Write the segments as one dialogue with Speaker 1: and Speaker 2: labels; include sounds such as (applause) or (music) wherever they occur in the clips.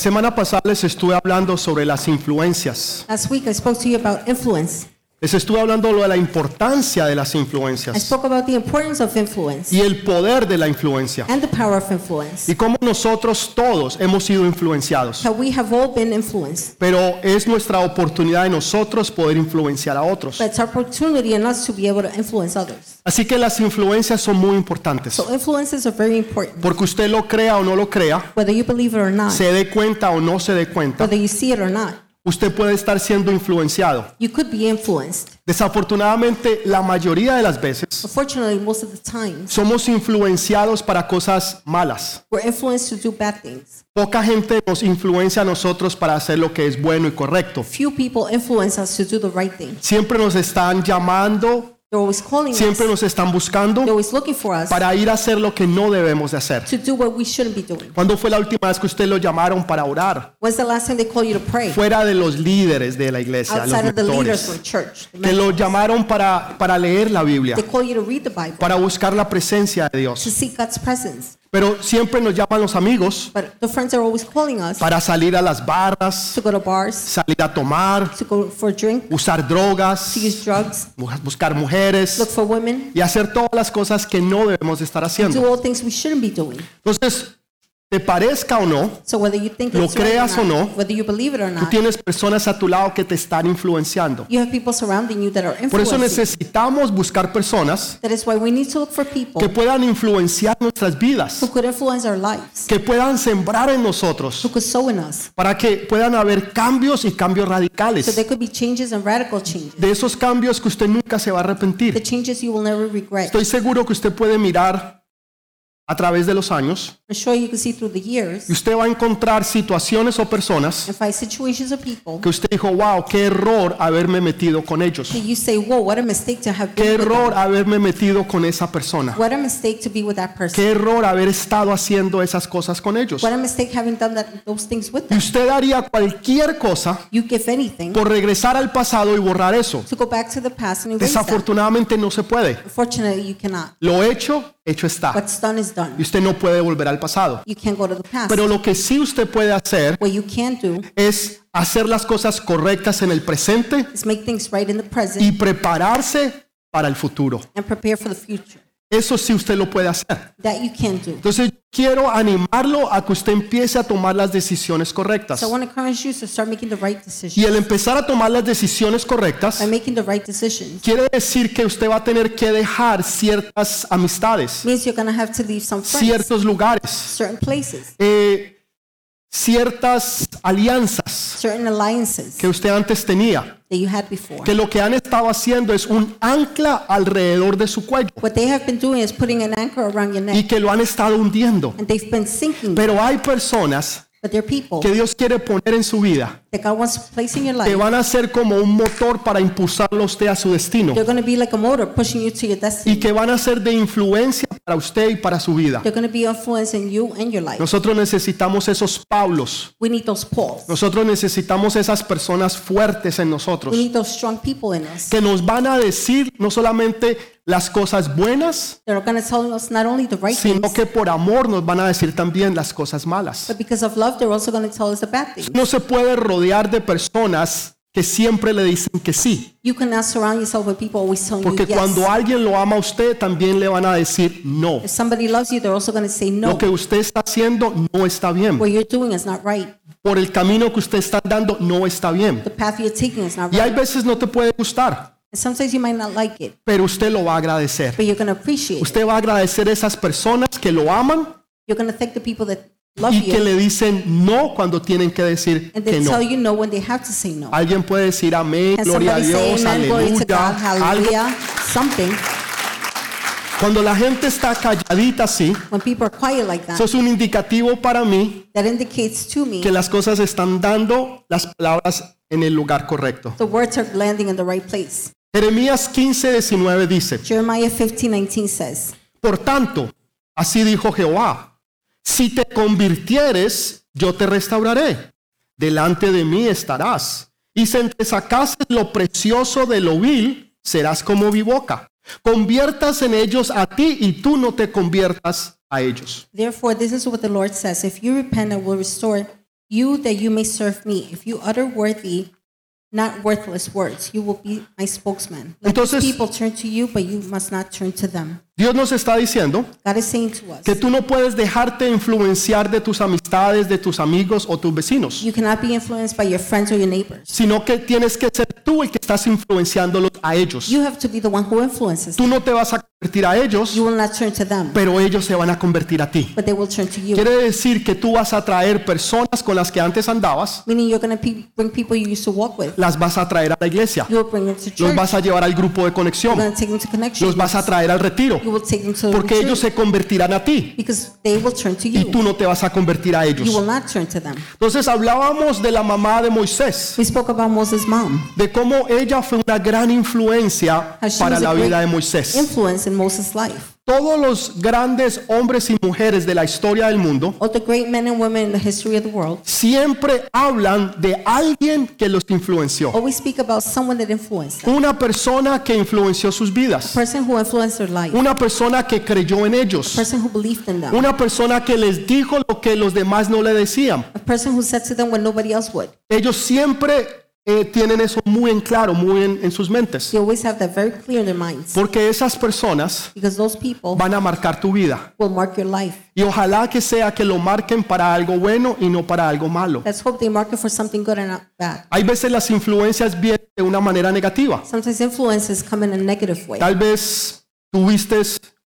Speaker 1: Semana pasada les estuve hablando sobre las influencias.
Speaker 2: Last week I spoke to you about influence.
Speaker 1: Les estuve hablando lo de la importancia de las
Speaker 2: I
Speaker 1: influencias
Speaker 2: spoke about the importance of influence
Speaker 1: y el poder de la influencia
Speaker 2: and the power of influence.
Speaker 1: y cómo nosotros todos hemos sido influenciados.
Speaker 2: How we have all been influenced.
Speaker 1: Pero es nuestra oportunidad de nosotros poder influenciar a otros.
Speaker 2: But it's our opportunity in us to be able to influence others.
Speaker 1: Así que las influencias son muy importantes.
Speaker 2: So influences are very important.
Speaker 1: Porque usted lo crea o no lo crea,
Speaker 2: Whether you believe it or not,
Speaker 1: se dé cuenta o no se dé cuenta,
Speaker 2: whether you see it or not,
Speaker 1: usted puede estar siendo influenciado.
Speaker 2: you could be influenced.
Speaker 1: Desafortunadamente, la mayoría de las veces
Speaker 2: Unfortunately, most of the times
Speaker 1: somos influenciados para cosas malas.
Speaker 2: we're influenced to do bad things.
Speaker 1: Poca gente nos influencia a nosotros para hacer lo que es bueno y correcto.
Speaker 2: Few people influence us to do the right thing.
Speaker 1: Siempre nos están llamando,
Speaker 2: They're always calling us.
Speaker 1: siempre nos están
Speaker 2: They're
Speaker 1: buscando
Speaker 2: always looking for us
Speaker 1: para ir a hacer lo que no debemos de hacer.
Speaker 2: to do what we shouldn't be doing.
Speaker 1: ¿Cuándo fue la última vez que usted lo llamaron para orar?
Speaker 2: When's the last time they called you to pray?
Speaker 1: Fuera de los líderes de la iglesia, los
Speaker 2: outside of the
Speaker 1: mentores.
Speaker 2: leaders from church. the
Speaker 1: Que lo
Speaker 2: mentors.
Speaker 1: llamaron para, para leer la Biblia,
Speaker 2: They call you to read the Bible,
Speaker 1: para buscar la presencia de
Speaker 2: to
Speaker 1: Dios.
Speaker 2: seek God's presence.
Speaker 1: Pero siempre nos llaman los amigos
Speaker 2: But the friends are always calling us
Speaker 1: para salir a las barras,
Speaker 2: to go to bars,
Speaker 1: salir a tomar,
Speaker 2: to go for a drink,
Speaker 1: usar drogas,
Speaker 2: to use drugs,
Speaker 1: bu- buscar
Speaker 2: look
Speaker 1: mujeres
Speaker 2: for women,
Speaker 1: y hacer todas las cosas que no debemos de estar
Speaker 2: do
Speaker 1: haciendo.
Speaker 2: all things we shouldn't be doing.
Speaker 1: Entonces, te parezca o no,
Speaker 2: So whether you think
Speaker 1: Lo
Speaker 2: it's right
Speaker 1: creas o
Speaker 2: or
Speaker 1: no,
Speaker 2: not, whether you believe it or
Speaker 1: tú
Speaker 2: not,
Speaker 1: tienes personas a tu lado que te están influenciando.
Speaker 2: you have people surrounding you that are
Speaker 1: Por eso
Speaker 2: influencing.
Speaker 1: necesitamos buscar personas
Speaker 2: That is why we need to look for people
Speaker 1: que puedan influenciar nuestras
Speaker 2: who
Speaker 1: vidas,
Speaker 2: could influence our lives,
Speaker 1: que puedan sembrar en
Speaker 2: who
Speaker 1: nosotros,
Speaker 2: could sow in us,
Speaker 1: para que puedan haber cambios y cambios
Speaker 2: so there
Speaker 1: radicales.
Speaker 2: could be changes and radical changes,
Speaker 1: De esos cambios que usted nunca se va a
Speaker 2: the
Speaker 1: arrepentir.
Speaker 2: changes you will never regret.
Speaker 1: Estoy seguro que usted puede mirar a través de los años
Speaker 2: I'm sure you can see through the years
Speaker 1: y usted va a encontrar situaciones o personas
Speaker 2: and find situations of people
Speaker 1: que usted dijo, wow, qué error haberme metido con ellos.
Speaker 2: that you say, whoa, what a mistake to have
Speaker 1: Qué
Speaker 2: been with
Speaker 1: error
Speaker 2: them.
Speaker 1: haberme metido con esa persona.
Speaker 2: What a mistake to be with that person.
Speaker 1: Qué error haber estado haciendo esas cosas con ellos.
Speaker 2: What a mistake having done that, those things with
Speaker 1: Y
Speaker 2: them.
Speaker 1: usted haría cualquier cosa
Speaker 2: You give anything
Speaker 1: por regresar al pasado y borrar eso.
Speaker 2: to go back to the past and erase that.
Speaker 1: Desafortunadamente no se puede.
Speaker 2: Unfortunately, you cannot.
Speaker 1: Lo hecho, hecho está.
Speaker 2: What's done is
Speaker 1: Y
Speaker 2: done.
Speaker 1: usted no puede volver al pasado.
Speaker 2: You can't go to the past.
Speaker 1: Pero lo que sí usted puede hacer
Speaker 2: What you can do
Speaker 1: es hacer las cosas correctas en el presente
Speaker 2: is make things right in the
Speaker 1: y
Speaker 2: present
Speaker 1: prepararse para el futuro.
Speaker 2: and prepare for the future.
Speaker 1: Eso sí usted lo puede hacer.
Speaker 2: That you can do.
Speaker 1: Entonces quiero animarlo a que usted empiece a tomar las decisiones correctas.
Speaker 2: So I want to encourage you to start making the right
Speaker 1: Y
Speaker 2: decisions.
Speaker 1: el empezar a tomar las decisiones correctas
Speaker 2: By making the right decisions
Speaker 1: quiere decir que usted va a tener que dejar ciertas amistades,
Speaker 2: means you're going to have to leave some friends,
Speaker 1: ciertos lugares,
Speaker 2: certain places,
Speaker 1: eh, ciertas alianzas
Speaker 2: certain alliances
Speaker 1: que usted antes tenía,
Speaker 2: that you had before.
Speaker 1: que lo que han estado haciendo es un ancla alrededor de su cuello
Speaker 2: What they have been doing is putting an anchor around your
Speaker 1: y
Speaker 2: neck,
Speaker 1: que lo han estado hundiendo.
Speaker 2: and they've been sinking. you.
Speaker 1: Pero hay personas
Speaker 2: But they're people
Speaker 1: que Dios quiere poner en su vida
Speaker 2: that God wants to place in your
Speaker 1: que
Speaker 2: life.
Speaker 1: van a ser como un motor para impulsarlo a usted a su destino
Speaker 2: They're going to be like a motor pushing you to your
Speaker 1: y
Speaker 2: destiny.
Speaker 1: que van a ser de influencia para usted y para su vida.
Speaker 2: They're going to be influencing you and your life.
Speaker 1: Nosotros necesitamos esos Pablos,
Speaker 2: We need those Pauls.
Speaker 1: nosotros necesitamos esas personas fuertes en nosotros.
Speaker 2: We need those strong people in us
Speaker 1: que nos van a decir no solamente las cosas buenas,
Speaker 2: that are going to tell us not only the right
Speaker 1: sino
Speaker 2: things,
Speaker 1: que por amor nos van a decir también las cosas malas.
Speaker 2: but because of love, they're also going to tell us the bad things.
Speaker 1: No se puede rodear de personas que siempre le dicen que sí,
Speaker 2: You cannot surround yourself with people always telling you
Speaker 1: porque cuando
Speaker 2: yes.
Speaker 1: alguien lo ama a usted también le van a decir no.
Speaker 2: If somebody loves you, they're also going to say
Speaker 1: Lo
Speaker 2: no.
Speaker 1: que usted está haciendo no está bien.
Speaker 2: What you're doing is not right.
Speaker 1: Por el camino que usted está dando no está bien.
Speaker 2: The path you're taking is not
Speaker 1: Y
Speaker 2: right.
Speaker 1: hay veces no te puede gustar,
Speaker 2: And sometimes you might not like it,
Speaker 1: pero usted lo va a agradecer.
Speaker 2: but you're going to appreciate it.
Speaker 1: Usted va a agradecer a esas personas que lo aman
Speaker 2: You're going to thank the people that love
Speaker 1: y
Speaker 2: you.
Speaker 1: que le dicen no cuando tienen que decir
Speaker 2: And
Speaker 1: que
Speaker 2: they
Speaker 1: no.
Speaker 2: tell you no when they have to say no.
Speaker 1: Alguien puede decir amén,
Speaker 2: Can
Speaker 1: gloria a
Speaker 2: somebody say
Speaker 1: Dios,
Speaker 2: amen, glory to God,
Speaker 1: aleluya. Algo.
Speaker 2: hallelujah, something?
Speaker 1: Cuando la gente está calladita así,
Speaker 2: When people are quiet like
Speaker 1: eso
Speaker 2: that,
Speaker 1: es un indicativo para mí
Speaker 2: that indicates to me
Speaker 1: que las cosas están dando las palabras en el lugar correcto.
Speaker 2: the words are landing in the right place.
Speaker 1: Jeremías 15, 19 dice,
Speaker 2: Jeremiah 15, 19 says,
Speaker 1: Por tanto, así dijo Jehová, si te convirtieres, yo te restauraré. Delante de mí estarás. Y si entresacases lo precioso de lo vil, serás como mi boca. Conviertas en ellos a ti y tú no te conviertas a ellos.
Speaker 2: Therefore, this is what the Lord says If you repent, I will restore You that you may serve me. If you utter worthy, not worthless words, you will be my spokesman. Let
Speaker 1: Entonces-
Speaker 2: people turn to you, but you must not turn to them.
Speaker 1: Dios nos está diciendo
Speaker 2: God is saying to us,
Speaker 1: que tú no puedes dejarte influenciar de tus amistades, de tus amigos o tus vecinos,
Speaker 2: you cannot be influenced by your friends or your neighbors.
Speaker 1: sino que tienes que ser tú el que estás influenciándolos a ellos.
Speaker 2: You have to be the one who influences.
Speaker 1: Tú no te vas a convertir a ellos,
Speaker 2: You will not turn to them,
Speaker 1: pero ellos se van a convertir a ti.
Speaker 2: but they will turn to you.
Speaker 1: Quiere decir que tú vas a traer personas con las que antes andabas,
Speaker 2: Meaning you're going to pe- bring people you used to walk with.
Speaker 1: las vas a traer a la iglesia,
Speaker 2: You will bring them to
Speaker 1: los
Speaker 2: church.
Speaker 1: vas a llevar al grupo de
Speaker 2: You're
Speaker 1: conexión,
Speaker 2: going to take them to connection.
Speaker 1: los vas a traer al retiro,
Speaker 2: You will take them to the
Speaker 1: porque
Speaker 2: church
Speaker 1: ellos se convertirán a ti
Speaker 2: because they will turn to
Speaker 1: y
Speaker 2: you.
Speaker 1: tú no te vas a convertir a ellos.
Speaker 2: You will not turn to them.
Speaker 1: Entonces hablábamos de la mamá de Moisés,
Speaker 2: We spoke about Moses' mom,
Speaker 1: de cómo ella fue una gran influencia
Speaker 2: how Ah, she
Speaker 1: para
Speaker 2: was
Speaker 1: la
Speaker 2: a great
Speaker 1: vida de Moisés.
Speaker 2: influence in Moses' life.
Speaker 1: Todos los grandes hombres y mujeres de la historia del mundo
Speaker 2: All the great men and women in the history of the world
Speaker 1: siempre hablan de alguien que los influenció,
Speaker 2: always speak about someone that influenced them,
Speaker 1: una persona que influenció sus
Speaker 2: a
Speaker 1: vidas,
Speaker 2: person who influenced their life, a
Speaker 1: una persona que creyó en ellos,
Speaker 2: person who believed in them,
Speaker 1: una persona que les dijo lo que los demás no le decían.
Speaker 2: a person who said to them what nobody else would.
Speaker 1: Ellos siempre eh, tienen eso muy en claro, muy en- en sus mentes,
Speaker 2: They always have that very clear in their minds
Speaker 1: porque esas personas
Speaker 2: because those people
Speaker 1: van a marcar tu vida.
Speaker 2: will mark your life.
Speaker 1: Y ojalá que sea que lo marquen para algo bueno y no para algo malo.
Speaker 2: Let's hope they mark it for something good and not bad.
Speaker 1: Hay veces las influencias vienen de una manera negativa.
Speaker 2: Sometimes influences come in a negative way.
Speaker 1: Tal vez tuviste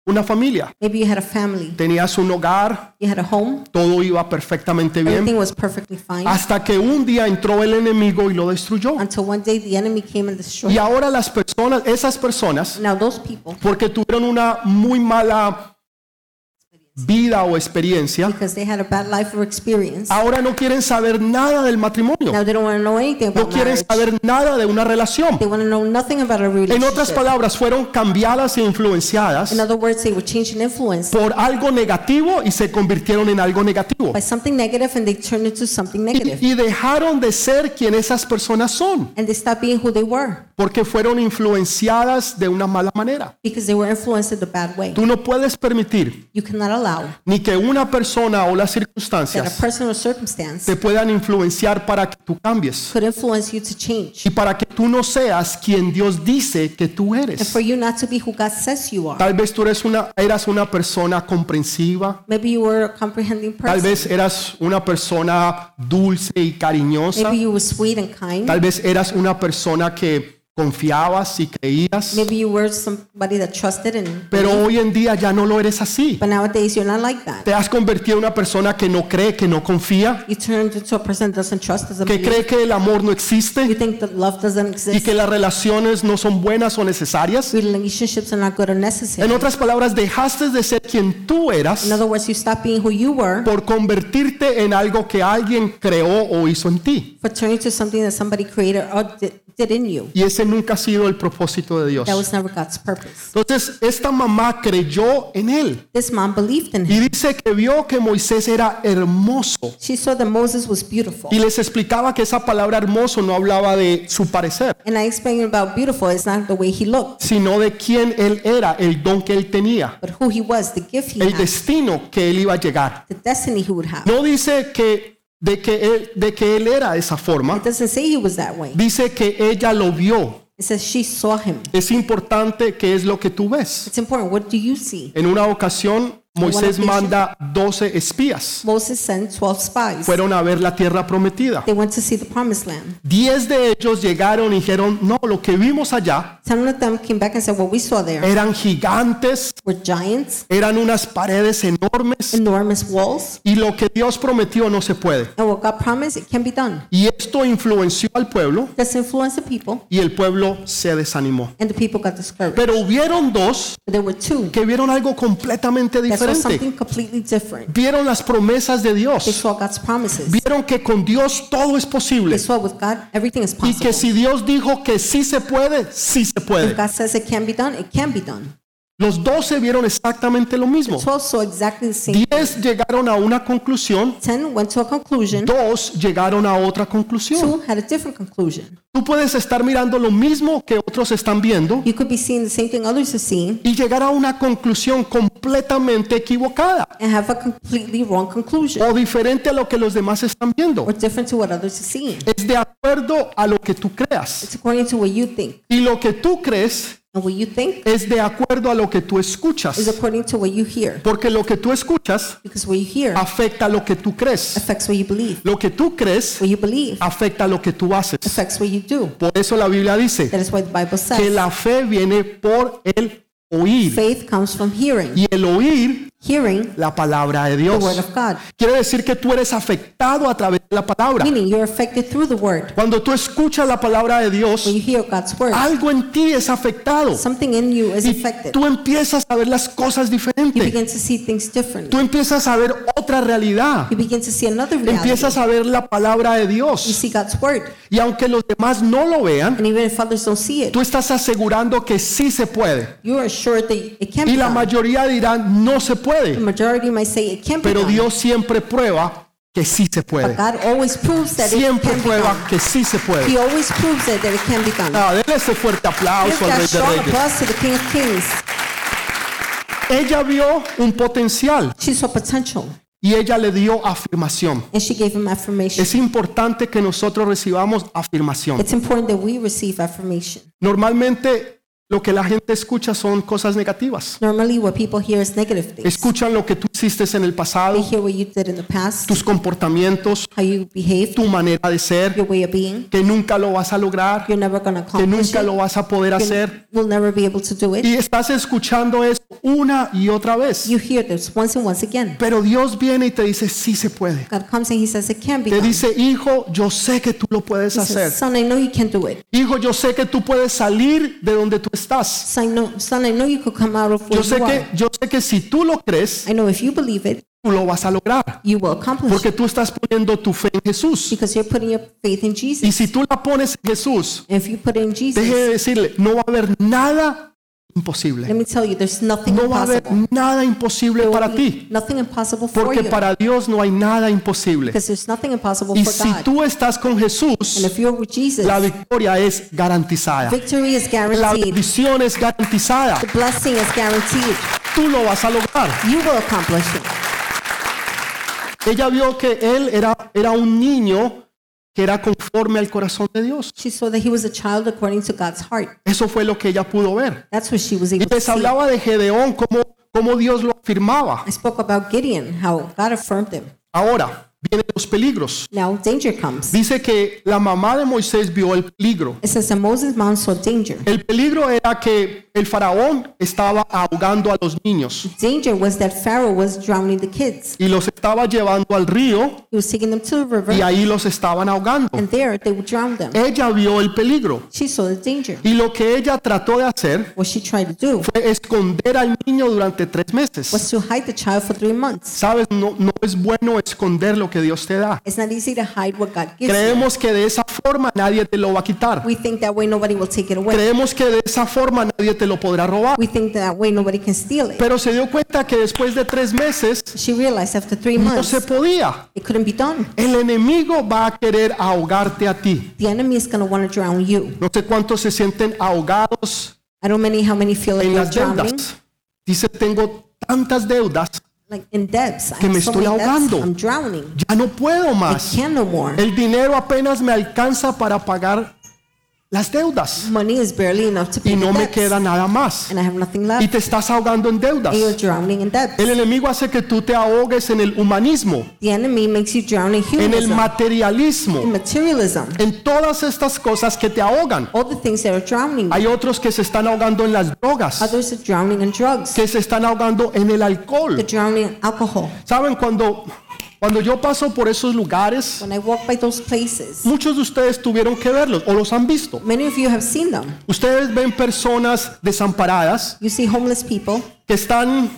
Speaker 1: una familia,
Speaker 2: Maybe you had a family,
Speaker 1: tenías un hogar,
Speaker 2: you had a home,
Speaker 1: todo iba perfectamente bien,
Speaker 2: everything was perfectly fine
Speaker 1: hasta que un día entró el enemigo y lo destruyó.
Speaker 2: until one day the enemy came and destroyed.
Speaker 1: Y ahora las personas, esas personas,
Speaker 2: Now those people,
Speaker 1: porque tuvieron una muy mala vida o experiencia,
Speaker 2: because they had a bad life or experience,
Speaker 1: ahora no quieren saber nada del matrimonio,
Speaker 2: now they don't want to know anything
Speaker 1: no
Speaker 2: about
Speaker 1: quieren
Speaker 2: marriage.
Speaker 1: saber nada de una relación.
Speaker 2: They want to know nothing about a
Speaker 1: En otras
Speaker 2: relationship.
Speaker 1: palabras, fueron cambiadas e influenciadas
Speaker 2: In other words, they were changed and influenced
Speaker 1: por algo negativo y se convirtieron en algo negativo.
Speaker 2: by something negative and they turned into something negative.
Speaker 1: Y, y dejaron de ser quien esas personas son,
Speaker 2: And they stopped being who they were
Speaker 1: porque fueron influenciadas de una mala manera.
Speaker 2: because they were influenced in a bad way.
Speaker 1: Tú no puedes permitir
Speaker 2: You cannot allow
Speaker 1: ni que una persona o las
Speaker 2: that a
Speaker 1: circunstancias
Speaker 2: person or circumstance
Speaker 1: te puedan influenciar para que tú cambies
Speaker 2: could influence you to change
Speaker 1: y para que tú no seas quien Dios dice que tú
Speaker 2: and
Speaker 1: eres.
Speaker 2: for you not to be who God says you are.
Speaker 1: Tal vez tú eres una, eras una persona comprensiva,
Speaker 2: Maybe you were a comprehending
Speaker 1: Tal
Speaker 2: person.
Speaker 1: vez eras una persona dulce y cariñosa.
Speaker 2: Maybe you were sweet and kind.
Speaker 1: Tal vez eras una persona que confiabas y creías.
Speaker 2: Maybe you were somebody that trusted and
Speaker 1: Pero hoy en día ya no lo eres así.
Speaker 2: but nowadays you're not like that.
Speaker 1: Te has convertido en una persona que no cree, que no confía,
Speaker 2: You turned into a person that doesn't trust doesn't
Speaker 1: que
Speaker 2: believe.
Speaker 1: cree que el amor no
Speaker 2: You
Speaker 1: existe
Speaker 2: think that love
Speaker 1: y
Speaker 2: doesn't exist.
Speaker 1: que las relaciones no son buenas o necesarias.
Speaker 2: Relationships are not good or necessary.
Speaker 1: En otras palabras, dejaste de ser quien tú
Speaker 2: In
Speaker 1: eras
Speaker 2: other words, you stop being who you were
Speaker 1: por convertirte en algo que alguien creó o hizo en ti.
Speaker 2: for turning to something that somebody created or did, did in you.
Speaker 1: Y ese nunca ha sido el propósito de
Speaker 2: That
Speaker 1: Dios.
Speaker 2: was never God's purpose.
Speaker 1: Entonces, esta mamá creyó en él
Speaker 2: This mom believed in
Speaker 1: y
Speaker 2: him.
Speaker 1: dice que vio que Moisés era hermoso
Speaker 2: She saw that Moses was beautiful.
Speaker 1: y les explicaba que esa palabra hermoso no hablaba de su parecer,
Speaker 2: And I explained about beautiful, it's not the way he looked,
Speaker 1: sino de quién él era, el don que él tenía,
Speaker 2: but who he was, the gift he
Speaker 1: el
Speaker 2: had,
Speaker 1: destino que él iba a llegar.
Speaker 2: the destiny he would have.
Speaker 1: No dice que de que él, de que él era de esa forma,
Speaker 2: It doesn't say he was that way.
Speaker 1: dice que ella lo vio.
Speaker 2: It says she saw him.
Speaker 1: Es importante que es lo que tú ves.
Speaker 2: It's important. What do you see?
Speaker 1: En una ocasión Moisés manda 12 espías.
Speaker 2: Moses sent 12 spies.
Speaker 1: Fueron a ver la tierra prometida.
Speaker 2: They went to see the promised land.
Speaker 1: Diez de ellos llegaron y dijeron, no, lo que vimos allá
Speaker 2: Ten of them came back and said, What we saw there
Speaker 1: eran gigantes,
Speaker 2: were giants,
Speaker 1: eran unas paredes enormes
Speaker 2: enormous walls,
Speaker 1: y lo que Dios prometió no se puede.
Speaker 2: and what God promised, it can be done.
Speaker 1: Y esto influenció al pueblo
Speaker 2: Let's influence the people.
Speaker 1: y el pueblo se desanimó.
Speaker 2: And the people got discouraged.
Speaker 1: Pero hubieron dos
Speaker 2: But there were two
Speaker 1: que vieron algo completamente
Speaker 2: that
Speaker 1: diferente.
Speaker 2: saw something completely different.
Speaker 1: Vieron las promesas de
Speaker 2: They
Speaker 1: Dios.
Speaker 2: saw God's promises.
Speaker 1: Vieron que con Dios todo es
Speaker 2: They
Speaker 1: posible
Speaker 2: saw with God, everything is
Speaker 1: y que
Speaker 2: possible.
Speaker 1: si Dios dijo que sí se puede, sí se puede.
Speaker 2: If God says it can be done, it can be done.
Speaker 1: Los doce vieron exactamente lo mismo.
Speaker 2: 12 saw exactly the same.
Speaker 1: Diez llegaron a una conclusión,
Speaker 2: 10 went to a conclusion.
Speaker 1: dos llegaron a otra conclusión.
Speaker 2: 2 had a different conclusion.
Speaker 1: Tú puedes estar mirando lo mismo que otros están viendo
Speaker 2: You could be seeing the same thing others are seeing
Speaker 1: y llegar a una conclusión completamente equivocada
Speaker 2: and have a completely wrong conclusion
Speaker 1: o diferente a lo que los demás están viendo.
Speaker 2: or different to what others are seeing.
Speaker 1: Es de acuerdo a lo que tú creas.
Speaker 2: It's according to what you think.
Speaker 1: Y lo que tú crees
Speaker 2: And what you think
Speaker 1: es de acuerdo a lo que tú
Speaker 2: is
Speaker 1: escuchas.
Speaker 2: according to what you hear.
Speaker 1: Porque lo que tú escuchas
Speaker 2: Because what you hear
Speaker 1: afecta lo que tú crees.
Speaker 2: affects what you believe.
Speaker 1: Lo que tú crees
Speaker 2: What you believe
Speaker 1: afecta lo que tú haces.
Speaker 2: affects what you do.
Speaker 1: Por eso la Biblia dice
Speaker 2: That is why the Bible
Speaker 1: que
Speaker 2: says
Speaker 1: la fe viene por el oír.
Speaker 2: faith comes from hearing.
Speaker 1: Y el oír
Speaker 2: Hearing
Speaker 1: la palabra de
Speaker 2: the word
Speaker 1: Dios.
Speaker 2: of God.
Speaker 1: Quiere decir que tú eres afectado a través de la palabra.
Speaker 2: Meaning you're affected through the word.
Speaker 1: Cuando tú escuchas la palabra de
Speaker 2: When
Speaker 1: Dios,
Speaker 2: you hear God's word,
Speaker 1: algo en ti es afectado.
Speaker 2: something in you is
Speaker 1: Y
Speaker 2: affected.
Speaker 1: tú empiezas a ver las cosas
Speaker 2: You
Speaker 1: diferentes.
Speaker 2: begin to see things
Speaker 1: Tú
Speaker 2: differently.
Speaker 1: empiezas a ver otra realidad.
Speaker 2: You begin to see another reality.
Speaker 1: Empiezas a ver la palabra de
Speaker 2: You
Speaker 1: Dios.
Speaker 2: see God's word.
Speaker 1: Y aunque los demás no lo vean,
Speaker 2: And even if others don't see it,
Speaker 1: tú estás asegurando que sí se puede.
Speaker 2: you are assured that it can
Speaker 1: Y
Speaker 2: be
Speaker 1: la
Speaker 2: done.
Speaker 1: mayoría dirán, no se
Speaker 2: The
Speaker 1: puede.
Speaker 2: majority might say it can be
Speaker 1: Pero
Speaker 2: done.
Speaker 1: Dios siempre prueba que sí se
Speaker 2: but
Speaker 1: puede.
Speaker 2: God always proves that it
Speaker 1: Siempre
Speaker 2: can be
Speaker 1: prueba
Speaker 2: done.
Speaker 1: que sí se
Speaker 2: He
Speaker 1: puede.
Speaker 2: always proves it, that it can be done.
Speaker 1: Ah, denle ese fuerte
Speaker 2: Give
Speaker 1: aplauso al
Speaker 2: that
Speaker 1: Rey de
Speaker 2: strong
Speaker 1: Reyes.
Speaker 2: applause to the King of Kings.
Speaker 1: Ella vio un potencial
Speaker 2: She saw potential,
Speaker 1: y ella le dio afirmación.
Speaker 2: and she gave him affirmation.
Speaker 1: Es importante que nosotros recibamos afirmación.
Speaker 2: It's important that we receive affirmation.
Speaker 1: Normalmente lo que la gente escucha son cosas negativas.
Speaker 2: Normally, what people hear is negative things.
Speaker 1: Escuchan lo que tú hiciste en el
Speaker 2: They
Speaker 1: pasado,
Speaker 2: hear what you did in the past,
Speaker 1: tus comportamientos,
Speaker 2: how you behaved,
Speaker 1: tu manera de ser,
Speaker 2: your way of being.
Speaker 1: que nunca lo vas a lograr,
Speaker 2: You're never going to
Speaker 1: que
Speaker 2: accomplish
Speaker 1: nunca
Speaker 2: it.
Speaker 1: lo vas a poder hacer.
Speaker 2: You'll never be able to do it.
Speaker 1: Y estás escuchando eso una y otra vez.
Speaker 2: You hear this once and once again.
Speaker 1: Pero Dios viene y te dice, sí se puede.
Speaker 2: God comes and He says, It can be
Speaker 1: Te
Speaker 2: done.
Speaker 1: dice, hijo, yo sé que tú lo puedes
Speaker 2: He
Speaker 1: hacer.
Speaker 2: says, Son, I know you can do it.
Speaker 1: Hijo, yo sé que tú puedes salir de donde tú estás.
Speaker 2: Son, I know, son, I know you could come out of where
Speaker 1: Yo sé
Speaker 2: you
Speaker 1: que,
Speaker 2: are.
Speaker 1: yo sé que si tú lo crees,
Speaker 2: I know if you believe it,
Speaker 1: tú lo vas a lograr.
Speaker 2: you will accomplish it
Speaker 1: Porque tú estás poniendo tu fe en Jesús.
Speaker 2: because you're putting your faith in
Speaker 1: Y
Speaker 2: Jesus.
Speaker 1: si tú la pones en Jesús,
Speaker 2: And if you put it in
Speaker 1: deje de
Speaker 2: Jesus,
Speaker 1: decirle, no va a haber nada
Speaker 2: let
Speaker 1: imposible.
Speaker 2: me tell you, there's nothing
Speaker 1: No va a haber
Speaker 2: impossible.
Speaker 1: nada imposible para ti.
Speaker 2: Nothing impossible for
Speaker 1: Porque
Speaker 2: you
Speaker 1: para Dios no hay nada imposible.
Speaker 2: because there's nothing impossible
Speaker 1: Y
Speaker 2: for
Speaker 1: si
Speaker 2: God.
Speaker 1: tú estás con
Speaker 2: And
Speaker 1: Jesús,
Speaker 2: if you're with Jesus,
Speaker 1: la victoria es garantizada.
Speaker 2: victory is
Speaker 1: La
Speaker 2: guaranteed.
Speaker 1: bendición es garantizada.
Speaker 2: The blessing is guaranteed.
Speaker 1: Tú lo vas a lograr.
Speaker 2: You will accomplish it.
Speaker 1: Ella vio que él era, era un niño que era conforme al corazón de Dios.
Speaker 2: She saw that he was a child according to God's heart.
Speaker 1: Eso fue lo que ella pudo ver.
Speaker 2: That's what she was
Speaker 1: Y
Speaker 2: able to
Speaker 1: les
Speaker 2: see.
Speaker 1: hablaba de Gedeón, cómo, cómo Dios lo afirmaba.
Speaker 2: I spoke about Gideon, how God affirmed him.
Speaker 1: Ahora, vienen los peligros.
Speaker 2: Now danger comes.
Speaker 1: Dice que la mamá de Moisés vio el peligro.
Speaker 2: It says that Moses' mom saw danger.
Speaker 1: El peligro era que el faraón estaba ahogando a los niños
Speaker 2: Danger was that Pharaoh was drowning the kids.
Speaker 1: y los estaba llevando al río
Speaker 2: He was taking them to the
Speaker 1: y
Speaker 2: river,
Speaker 1: ahí los estaban ahogando.
Speaker 2: and there they would drown them.
Speaker 1: Ella vio el peligro
Speaker 2: She saw the danger.
Speaker 1: y lo que ella trató de hacer
Speaker 2: What she tried to do
Speaker 1: fue esconder al niño durante tres meses.
Speaker 2: was to hide the child for three months.
Speaker 1: Sabes, no, no es bueno esconder lo que Dios te da.
Speaker 2: It's not easy to hide what God gives you.
Speaker 1: Creemos que de esa forma nadie te lo va a quitar.
Speaker 2: We think that way nobody will take it away.
Speaker 1: Creemos que de esa forma nadie te lo podrá robar.
Speaker 2: We think that way nobody can steal it.
Speaker 1: Pero se dio cuenta que después de tres meses
Speaker 2: She realized after three
Speaker 1: no
Speaker 2: months
Speaker 1: se podía.
Speaker 2: it couldn't be done.
Speaker 1: El enemigo va a querer ahogarte a ti.
Speaker 2: The enemy is going to want to drown you.
Speaker 1: No sé cuántos se sienten ahogados
Speaker 2: I don't know how many feel like
Speaker 1: en
Speaker 2: they're
Speaker 1: las
Speaker 2: drowning,
Speaker 1: deudas. Dice, tengo tantas deudas,
Speaker 2: like in debts. I
Speaker 1: Que me
Speaker 2: have so
Speaker 1: estoy
Speaker 2: many debts,
Speaker 1: ahogando.
Speaker 2: I'm drowning.
Speaker 1: ya no puedo
Speaker 2: I
Speaker 1: más.
Speaker 2: can no more.
Speaker 1: El dinero apenas me alcanza para pagar las deudas
Speaker 2: Money is barely enough to
Speaker 1: y
Speaker 2: pay
Speaker 1: no
Speaker 2: the
Speaker 1: me
Speaker 2: debts,
Speaker 1: queda nada más.
Speaker 2: and I have nothing
Speaker 1: y
Speaker 2: left.
Speaker 1: te estás ahogando en deudas.
Speaker 2: And you're drowning in debts.
Speaker 1: El enemigo hace que tú te ahogues en el humanismo,
Speaker 2: The enemy makes you drown in
Speaker 1: en el
Speaker 2: humanism, in
Speaker 1: materialismo,
Speaker 2: materialism,
Speaker 1: en todas estas cosas que te ahogan.
Speaker 2: all the things that are drowning. you.
Speaker 1: Hay otros que se están ahogando en las drogas,
Speaker 2: Others are drowning in drugs.
Speaker 1: que se están ahogando en el
Speaker 2: They're
Speaker 1: alcohol.
Speaker 2: drowning in alcohol.
Speaker 1: Saben, cuando, cuando yo paso por esos lugares,
Speaker 2: When I walk by those places,
Speaker 1: muchos de ustedes tuvieron que verlos o los han visto.
Speaker 2: many of you have seen them.
Speaker 1: Ustedes ven personas desamparadas
Speaker 2: You see homeless people
Speaker 1: que están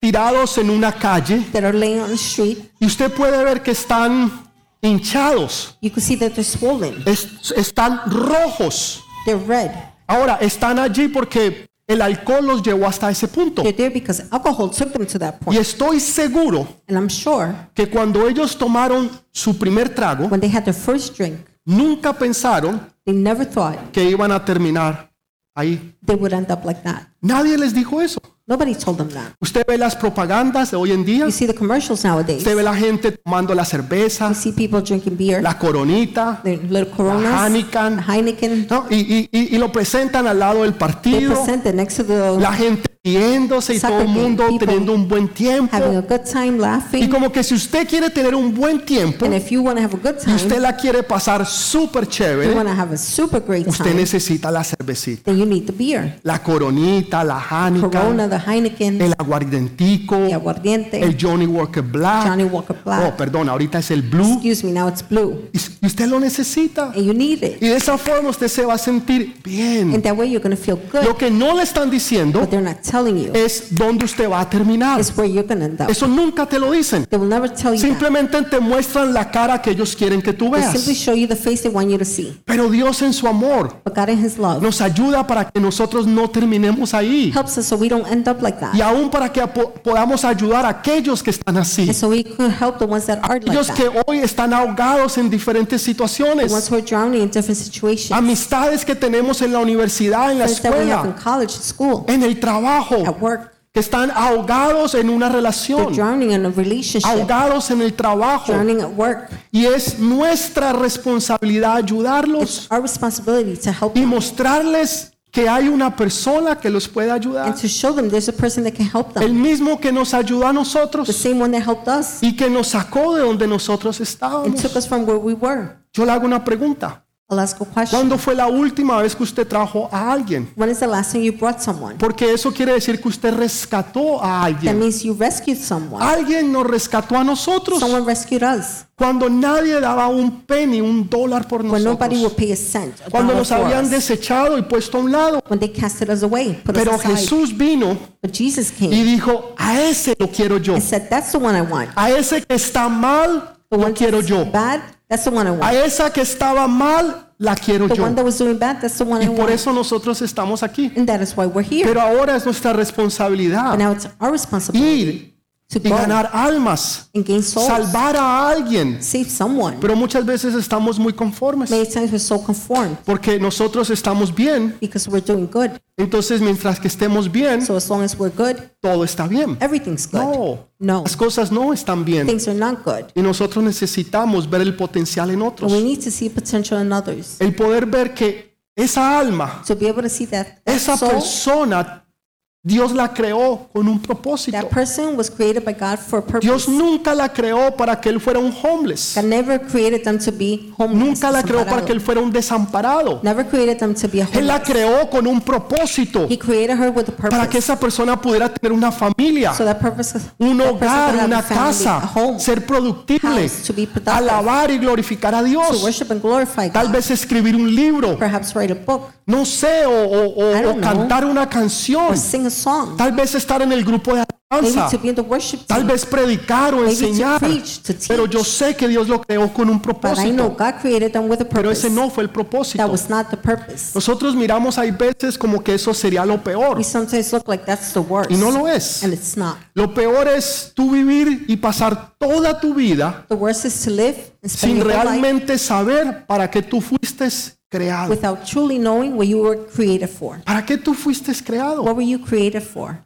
Speaker 1: tirados en una calle
Speaker 2: that are laying on the street.
Speaker 1: y usted puede ver que están hinchados,
Speaker 2: You can see that they're swollen.
Speaker 1: es- están rojos.
Speaker 2: They're red.
Speaker 1: Ahora, están allí porque El alcohol los llevó hasta ese punto.
Speaker 2: They're there because alcohol took them to that
Speaker 1: Y
Speaker 2: point.
Speaker 1: estoy seguro
Speaker 2: And I'm sure
Speaker 1: que cuando ellos tomaron su primer trago,
Speaker 2: when they had their first drink,
Speaker 1: nunca pensaron
Speaker 2: they never thought
Speaker 1: que iban a terminar ahí.
Speaker 2: they would end up like that.
Speaker 1: Nadie les dijo eso.
Speaker 2: Nobody told them that.
Speaker 1: Usted ve las propagandas de hoy en día.
Speaker 2: You see the commercials nowadays.
Speaker 1: Usted ve
Speaker 2: You
Speaker 1: la gente tomando la cerveza,
Speaker 2: see people drinking beer,
Speaker 1: la coronita,
Speaker 2: their little Coronas,
Speaker 1: Heineken.
Speaker 2: Heineken.
Speaker 1: ¿no? Y, y- y- y lo presentan al lado del
Speaker 2: They
Speaker 1: partido.
Speaker 2: present it next to the
Speaker 1: La gente riéndose y todo el mundo teniendo un buen tiempo.
Speaker 2: having a good time,
Speaker 1: Y
Speaker 2: laughing.
Speaker 1: como que si usted quiere tener un buen tiempo
Speaker 2: And if you want to have a good
Speaker 1: y
Speaker 2: time,
Speaker 1: usted la quiere pasar súper
Speaker 2: you
Speaker 1: chévere,
Speaker 2: want to have a super great
Speaker 1: usted
Speaker 2: time,
Speaker 1: necesita la cervecita.
Speaker 2: then you need the beer.
Speaker 1: La coronita, la Hanukkah,
Speaker 2: Corona, the Heineken,
Speaker 1: el aguardientico,
Speaker 2: the aguardiente,
Speaker 1: el Johnny Walker Black.
Speaker 2: Johnny Walker
Speaker 1: Oh,
Speaker 2: Black.
Speaker 1: perdón, ahorita es el Blue.
Speaker 2: Excuse me, now it's blue.
Speaker 1: Y y usted lo necesita.
Speaker 2: And you need it.
Speaker 1: Y de esa forma usted se va a sentir
Speaker 2: And
Speaker 1: bien.
Speaker 2: that way you're going to feel good.
Speaker 1: Mm. Lo que no le están diciendo
Speaker 2: But they're not telling you.
Speaker 1: es dónde usted va a terminar.
Speaker 2: It's where you're going to end up.
Speaker 1: Eso nunca te lo dicen.
Speaker 2: They will never tell you that.
Speaker 1: Simplemente te muestran la cara que ellos quieren que tú
Speaker 2: They simply
Speaker 1: veas.
Speaker 2: show you the face they want you to see.
Speaker 1: Pero Dios en su amor
Speaker 2: But God in His love
Speaker 1: nos ayuda para que nosotros no terminemos ahí.
Speaker 2: helps us so we don't end up like
Speaker 1: Y
Speaker 2: that.
Speaker 1: aún para que apo- podamos ayudar a aquellos que están así.
Speaker 2: And so we could help the ones that are like
Speaker 1: Aquellos
Speaker 2: that.
Speaker 1: que hoy están ahogados en diferentes
Speaker 2: The ones
Speaker 1: situaciones.
Speaker 2: who are drowning in different situations.
Speaker 1: Amistades que tenemos en la universidad, en la
Speaker 2: Friends that we have in
Speaker 1: escuela,
Speaker 2: college, school,
Speaker 1: en el trabajo.
Speaker 2: at work.
Speaker 1: que están ahogados en una
Speaker 2: They're
Speaker 1: relación,
Speaker 2: drowning in a relationship.
Speaker 1: ahogados en el trabajo,
Speaker 2: Drowning at work.
Speaker 1: y es nuestra responsabilidad ayudarlos
Speaker 2: It's our responsibility to help
Speaker 1: y
Speaker 2: them
Speaker 1: mostrarles que hay una persona que los puede ayudar,
Speaker 2: and to show them there's a person that can help
Speaker 1: el
Speaker 2: them.
Speaker 1: mismo que nos ayudó a
Speaker 2: The
Speaker 1: nosotros
Speaker 2: same one that helped us
Speaker 1: y que nos sacó de donde nosotros
Speaker 2: and
Speaker 1: estábamos.
Speaker 2: took us from where we were.
Speaker 1: Yo le hago una pregunta.
Speaker 2: I'll ask a question.
Speaker 1: ¿Cuándo fue la última vez que usted trajo a alguien?
Speaker 2: When is the last time you brought someone?
Speaker 1: Porque eso quiere decir que usted rescató a
Speaker 2: That
Speaker 1: alguien.
Speaker 2: means you rescued someone.
Speaker 1: Alguien nos rescató a nosotros.
Speaker 2: Someone rescued us.
Speaker 1: Cuando nadie daba un penny, un dólar por
Speaker 2: When nobody
Speaker 1: nosotros.
Speaker 2: would pay a cent. a
Speaker 1: Cuando
Speaker 2: dollar
Speaker 1: nos
Speaker 2: for
Speaker 1: habían
Speaker 2: us.
Speaker 1: desechado y puesto a un lado.
Speaker 2: When they casted us away, put
Speaker 1: Pero
Speaker 2: us aside.
Speaker 1: Jesús vino
Speaker 2: but Jesus
Speaker 1: y
Speaker 2: came
Speaker 1: dijo, a ese lo quiero yo.
Speaker 2: and said, that's the one I want.
Speaker 1: A ese que está mal,
Speaker 2: The
Speaker 1: lo
Speaker 2: one
Speaker 1: quiero
Speaker 2: that's
Speaker 1: yo.
Speaker 2: bad, that's the one I
Speaker 1: A
Speaker 2: want.
Speaker 1: esa que estaba mal, la quiero
Speaker 2: The
Speaker 1: yo.
Speaker 2: one that was doing bad, that's the one
Speaker 1: Y
Speaker 2: I
Speaker 1: por
Speaker 2: want.
Speaker 1: eso nosotros estamos aquí.
Speaker 2: And that is why we're here.
Speaker 1: Pero ahora es nuestra
Speaker 2: And
Speaker 1: responsabilidad
Speaker 2: now it's our responsibility
Speaker 1: ir
Speaker 2: to
Speaker 1: y
Speaker 2: go
Speaker 1: ganar almas,
Speaker 2: and gain souls,
Speaker 1: salvar a alguien.
Speaker 2: save someone.
Speaker 1: Pero muchas veces estamos muy conformes
Speaker 2: Many times we're so conformed
Speaker 1: porque nosotros estamos bien.
Speaker 2: because we're doing good.
Speaker 1: Entonces, mientras que estemos bien,
Speaker 2: So as long as we're good,
Speaker 1: todo está bien.
Speaker 2: everything's good.
Speaker 1: No,
Speaker 2: No.
Speaker 1: las cosas no están bien.
Speaker 2: Things are not good.
Speaker 1: Y nosotros necesitamos ver el potencial en
Speaker 2: And we
Speaker 1: otros.
Speaker 2: need to see potential in others.
Speaker 1: El poder ver que esa alma,
Speaker 2: To be able to see that that
Speaker 1: esa
Speaker 2: soul,
Speaker 1: persona, Dios la creó con un propósito.
Speaker 2: that person was created by God for a purpose.
Speaker 1: Dios nunca la creó para que él fuera un homeless.
Speaker 2: God never created them to be homeless.
Speaker 1: Nunca la creó para
Speaker 2: desamparado.
Speaker 1: que él fuera un desamparado.
Speaker 2: never created them to be a
Speaker 1: Él la
Speaker 2: homeless.
Speaker 1: creó con un propósito
Speaker 2: He created her with a
Speaker 1: para que
Speaker 2: purpose.
Speaker 1: esa persona pudiera tener una familia,
Speaker 2: So that purpose is
Speaker 1: un
Speaker 2: that person
Speaker 1: hogar,
Speaker 2: could have
Speaker 1: una
Speaker 2: a family, a
Speaker 1: casa,
Speaker 2: home,
Speaker 1: ser productible,
Speaker 2: house, to be productive,
Speaker 1: alabar y glorificar a
Speaker 2: to
Speaker 1: Dios.
Speaker 2: worship and glorify
Speaker 1: Tal
Speaker 2: God.
Speaker 1: vez escribir un libro,
Speaker 2: Perhaps write a book
Speaker 1: no sé, o, o- o-
Speaker 2: I don't
Speaker 1: o
Speaker 2: know.
Speaker 1: cantar una canción.
Speaker 2: or sing a song.
Speaker 1: Tal vez estar en el grupo de
Speaker 2: Maybe
Speaker 1: alabanza.
Speaker 2: to be in the worship
Speaker 1: Tal
Speaker 2: team.
Speaker 1: vez predicar o
Speaker 2: Maybe
Speaker 1: enseñar.
Speaker 2: to preach, to
Speaker 1: Pero yo
Speaker 2: teach.
Speaker 1: sé que Dios lo creó con un
Speaker 2: But I know
Speaker 1: propósito.
Speaker 2: God created them with a
Speaker 1: Pero
Speaker 2: purpose.
Speaker 1: ese no fue el propósito.
Speaker 2: That was not the purpose.
Speaker 1: Nosotros miramos hay veces como que eso sería lo peor.
Speaker 2: We sometimes look like that's the worst.
Speaker 1: Y no lo es.
Speaker 2: And it's not.
Speaker 1: Lo peor es tú vivir y pasar toda tu vida
Speaker 2: The worst is to live and spend
Speaker 1: sin
Speaker 2: your whole life
Speaker 1: realmente saber para qué tú fuiste creado.
Speaker 2: without truly knowing what you were created for.
Speaker 1: ¿Para qué tú fuiste creado?
Speaker 2: What were you created for?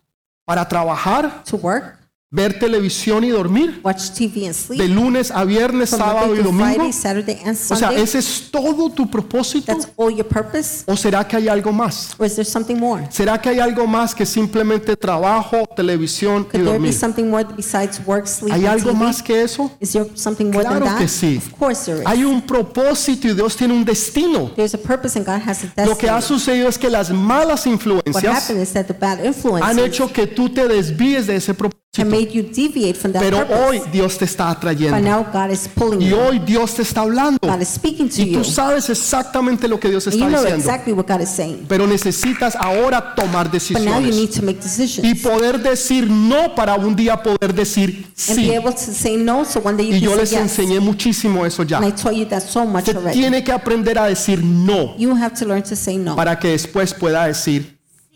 Speaker 1: ¿Para trabajar,
Speaker 2: To work,
Speaker 1: ver televisión y dormir?
Speaker 2: watch TV
Speaker 1: ¿De
Speaker 2: and sleep.
Speaker 1: lunes a viernes,
Speaker 2: From Monday
Speaker 1: sábado y
Speaker 2: to
Speaker 1: domingo?
Speaker 2: Friday, Saturday and
Speaker 1: O sea,
Speaker 2: Sunday.
Speaker 1: ¿ese es todo tu propósito?
Speaker 2: That's all your purpose?
Speaker 1: ¿O será que hay algo más?
Speaker 2: Or is there something more?
Speaker 1: ¿Será que hay algo más que simplemente trabajo, televisión y
Speaker 2: Could there be
Speaker 1: dormir?
Speaker 2: something more besides work, sleep,
Speaker 1: ¿Hay
Speaker 2: and
Speaker 1: algo
Speaker 2: TV?
Speaker 1: más que eso?
Speaker 2: Is there something more
Speaker 1: Claro
Speaker 2: than that?
Speaker 1: que sí.
Speaker 2: Of course there is.
Speaker 1: Hay un propósito y Dios tiene un destino.
Speaker 2: There's a purpose and God has a
Speaker 1: Lo que
Speaker 2: destiny.
Speaker 1: ha sucedido es que las malas
Speaker 2: what
Speaker 1: influencias
Speaker 2: happened is that the bad
Speaker 1: han
Speaker 2: influences
Speaker 1: hecho que tú te desvíes de ese
Speaker 2: have
Speaker 1: propósito.
Speaker 2: made you deviate from that
Speaker 1: Pero
Speaker 2: purpose.
Speaker 1: hoy Dios te está
Speaker 2: but
Speaker 1: atrayendo.
Speaker 2: now God is pulling
Speaker 1: Y
Speaker 2: you.
Speaker 1: hoy Dios te está hablando.
Speaker 2: God is speaking to
Speaker 1: Y
Speaker 2: you.
Speaker 1: tú sabes exactamente lo que Dios
Speaker 2: And you
Speaker 1: está
Speaker 2: know
Speaker 1: diciendo.
Speaker 2: exactly what God is saying.
Speaker 1: Pero necesitas ahora tomar
Speaker 2: But now you
Speaker 1: decisiones.
Speaker 2: need to make
Speaker 1: y
Speaker 2: decisions
Speaker 1: poder decir no para un día poder decir
Speaker 2: and be
Speaker 1: sí.
Speaker 2: able to say no so one day you
Speaker 1: Y yo
Speaker 2: can
Speaker 1: les
Speaker 2: say yes.
Speaker 1: enseñé muchísimo eso ya.
Speaker 2: And I taught you that so much
Speaker 1: Usted
Speaker 2: already.
Speaker 1: tiene que aprender a decir no
Speaker 2: You have to learn to say no
Speaker 1: para que después pueda decir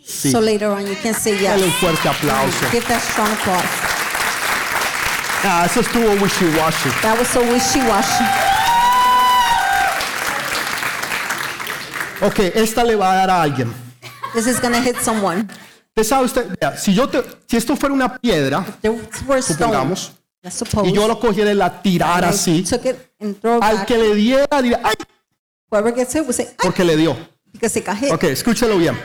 Speaker 1: Sí.
Speaker 2: So later on, you can say yes.
Speaker 1: Dale un fuerte aplauso.
Speaker 2: Give that strong applause.
Speaker 1: Ah, eso estuvo wishy-washy.
Speaker 2: That was so wishy-washy.
Speaker 1: Ok, esta le va a dar a alguien.
Speaker 2: This is gonna hit someone.
Speaker 1: Usted sabe, usted, vea, si, yo te- si esto fuera una piedra
Speaker 2: There was stone.
Speaker 1: Supongamos.
Speaker 2: Let's suppose.
Speaker 1: y yo lo cogiera y la tirara
Speaker 2: I
Speaker 1: así,
Speaker 2: took it and throw it
Speaker 1: al
Speaker 2: back.
Speaker 1: que le diera, diría, ¡ay!
Speaker 2: Whoever gets hit will say, "Ah,"
Speaker 1: Porque le dio.
Speaker 2: because it got hit.
Speaker 1: Ok, escúchelo bien.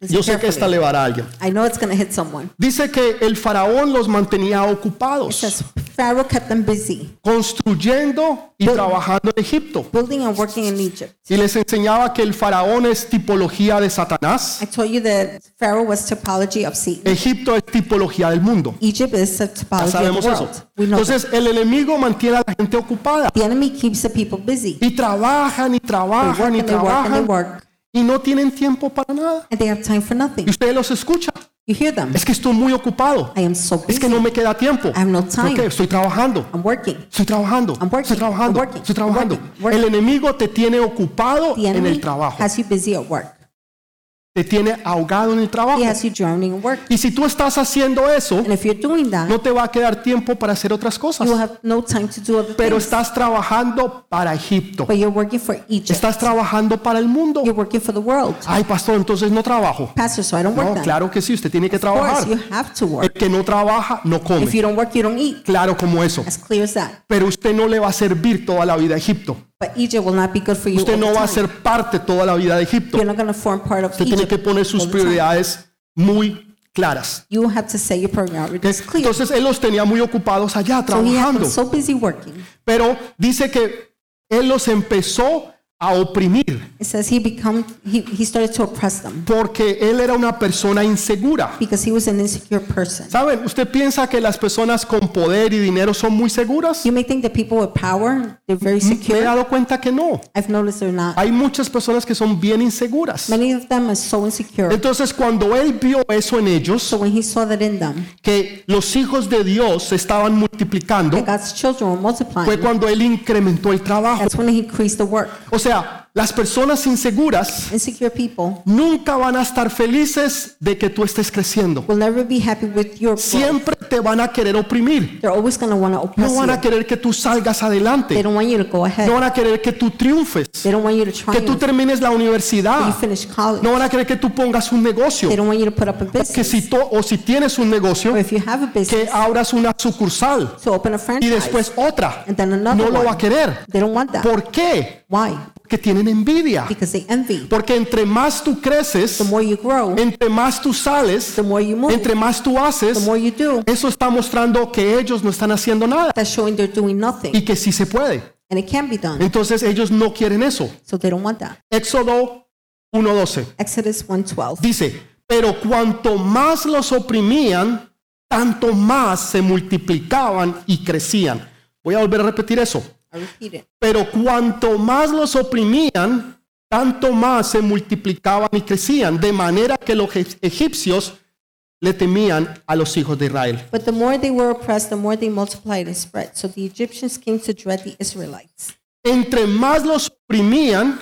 Speaker 2: Listen
Speaker 1: Yo sé que esta
Speaker 2: carefully.
Speaker 1: le va a dar a alguien.
Speaker 2: I know it's gonna hit someone.
Speaker 1: Dice que el faraón los mantenía
Speaker 2: It
Speaker 1: ocupados,
Speaker 2: says Pharaoh kept them busy,
Speaker 1: construyendo y trabajando en Egipto.
Speaker 2: building and working in Egypt.
Speaker 1: Y les enseñaba que el faraón es tipología de Satanás,
Speaker 2: I told you that Pharaoh was typology of Satan.
Speaker 1: Egipto es tipología del mundo.
Speaker 2: Egypt is a
Speaker 1: Ya
Speaker 2: typology of
Speaker 1: sabemos
Speaker 2: the
Speaker 1: eso.
Speaker 2: world. We know that.
Speaker 1: Entonces el enemigo mantiene a la gente ocupada
Speaker 2: the enemy keeps the people busy.
Speaker 1: y trabajan y
Speaker 2: They work
Speaker 1: trabajan y
Speaker 2: and they work and they
Speaker 1: trabajan
Speaker 2: work,
Speaker 1: y no tienen tiempo para nada.
Speaker 2: and they have time for nothing.
Speaker 1: Y ustedes los escuchan.
Speaker 2: You hear them.
Speaker 1: Es que estoy muy ocupado.
Speaker 2: I am so
Speaker 1: Es que
Speaker 2: busy.
Speaker 1: no me queda tiempo.
Speaker 2: I have no
Speaker 1: ¿Por
Speaker 2: time.
Speaker 1: qué? Estoy trabajando.
Speaker 2: I'm working.
Speaker 1: Estoy trabajando.
Speaker 2: I'm working,
Speaker 1: Estoy trabajando.
Speaker 2: I'm working,
Speaker 1: Estoy trabajando.
Speaker 2: I'm working, working.
Speaker 1: El enemigo te tiene ocupado
Speaker 2: The
Speaker 1: en
Speaker 2: enemy
Speaker 1: el trabajo.
Speaker 2: has you busy at work.
Speaker 1: Te tiene ahogado en el trabajo.
Speaker 2: He has you drowning in work.
Speaker 1: Y si tú estás haciendo eso,
Speaker 2: And if you're doing that,
Speaker 1: no te va a quedar tiempo para hacer otras
Speaker 2: you
Speaker 1: cosas.
Speaker 2: will have no time to do other
Speaker 1: Pero
Speaker 2: things.
Speaker 1: estás trabajando para Egipto.
Speaker 2: But you're working for Egypt.
Speaker 1: Estás trabajando para el mundo.
Speaker 2: You're working for the world.
Speaker 1: Ay, pastor, entonces no trabajo.
Speaker 2: Pastor, so I don't work
Speaker 1: No,
Speaker 2: then.
Speaker 1: claro que sí, usted tiene que
Speaker 2: Of course,
Speaker 1: trabajar.
Speaker 2: you have to
Speaker 1: El
Speaker 2: work.
Speaker 1: que no trabaja no
Speaker 2: If
Speaker 1: come.
Speaker 2: you don't work, you don't eat.
Speaker 1: Claro como eso.
Speaker 2: As clear as that.
Speaker 1: Pero usted no le va a servir toda la vida a Egipto.
Speaker 2: But Egypt will not be good for you.
Speaker 1: Usted
Speaker 2: all the
Speaker 1: no va a
Speaker 2: time.
Speaker 1: ser parte toda la vida de Egipto.
Speaker 2: You're not going to form part of
Speaker 1: Usted tiene
Speaker 2: Egypt.
Speaker 1: que poner sus
Speaker 2: all the time.
Speaker 1: prioridades muy claras.
Speaker 2: You have to set your priorities clear.
Speaker 1: Entonces él los tenía muy ocupados allá
Speaker 2: So he had been
Speaker 1: trabajando.
Speaker 2: so busy working.
Speaker 1: Pero dice que él los empezó a oprimir
Speaker 2: It says he become he, he started to oppress them
Speaker 1: porque él era una persona insegura.
Speaker 2: because he was an insecure person.
Speaker 1: ¿Saben? ¿Usted piensa que las personas con poder y dinero son muy seguras? Mm,
Speaker 2: You may think that people with power they're very
Speaker 1: Me he
Speaker 2: secure.
Speaker 1: dado cuenta que no.
Speaker 2: I've noticed they're not.
Speaker 1: Hay muchas personas que son bien inseguras.
Speaker 2: Many of them are so insecure.
Speaker 1: Entonces cuando él vio eso en ellos,
Speaker 2: So when he saw that in them,
Speaker 1: que los hijos de Dios se estaban multiplicando,
Speaker 2: that God's children were
Speaker 1: fue
Speaker 2: multiplying,
Speaker 1: cuando él incrementó el trabajo.
Speaker 2: that's when he increased the work.
Speaker 1: O sea, las personas inseguras
Speaker 2: Insecure people
Speaker 1: nunca van a estar felices de que tú estés creciendo.
Speaker 2: will never be happy with your growth.
Speaker 1: Siempre te van a querer oprimir.
Speaker 2: They're always going to want to oppress
Speaker 1: No van a
Speaker 2: you.
Speaker 1: querer que tú salgas
Speaker 2: They
Speaker 1: adelante.
Speaker 2: don't want you to go
Speaker 1: No
Speaker 2: ahead.
Speaker 1: van a querer que tú triunfes,
Speaker 2: They don't want you to
Speaker 1: que tú
Speaker 2: triumph.
Speaker 1: termines la
Speaker 2: You
Speaker 1: universidad.
Speaker 2: finish college.
Speaker 1: No van a querer que tú pongas un negocio.
Speaker 2: They don't want you to put up a
Speaker 1: Que
Speaker 2: business.
Speaker 1: si to- o si tienes un negocio,
Speaker 2: Or if you have a
Speaker 1: que
Speaker 2: business,
Speaker 1: abras una sucursal
Speaker 2: to open a
Speaker 1: y
Speaker 2: franchise.
Speaker 1: después otra.
Speaker 2: And then another
Speaker 1: No lo va a
Speaker 2: one.
Speaker 1: querer.
Speaker 2: They don't want that.
Speaker 1: ¿Por qué?
Speaker 2: Why?
Speaker 1: Porque tienen envidia.
Speaker 2: Because they envy.
Speaker 1: Porque entre más tú creces,
Speaker 2: The more you grow,
Speaker 1: entre más tú sales,
Speaker 2: the more you move,
Speaker 1: entre más tú
Speaker 2: the
Speaker 1: haces,
Speaker 2: more you do.
Speaker 1: eso está mostrando que ellos no están haciendo nada
Speaker 2: That's showing they're doing nothing.
Speaker 1: y que sí se puede.
Speaker 2: And it can be done.
Speaker 1: Entonces ellos no quieren eso.
Speaker 2: So they don't want that.
Speaker 1: Éxodo 1.12
Speaker 2: Exodus 1.12.
Speaker 1: dice, pero cuanto más los oprimían, tanto más se multiplicaban y crecían. Voy a volver a repetir eso.
Speaker 2: I repeat it.
Speaker 1: Pero cuanto más los oprimían, tanto más se multiplicaban y crecían, de manera que los eg- egipcios le temían a los hijos de Israel.
Speaker 2: But the more they were oppressed, the more they multiplied and spread. So the Egyptians came to dread the Israelites.
Speaker 1: Entre más los oprimían,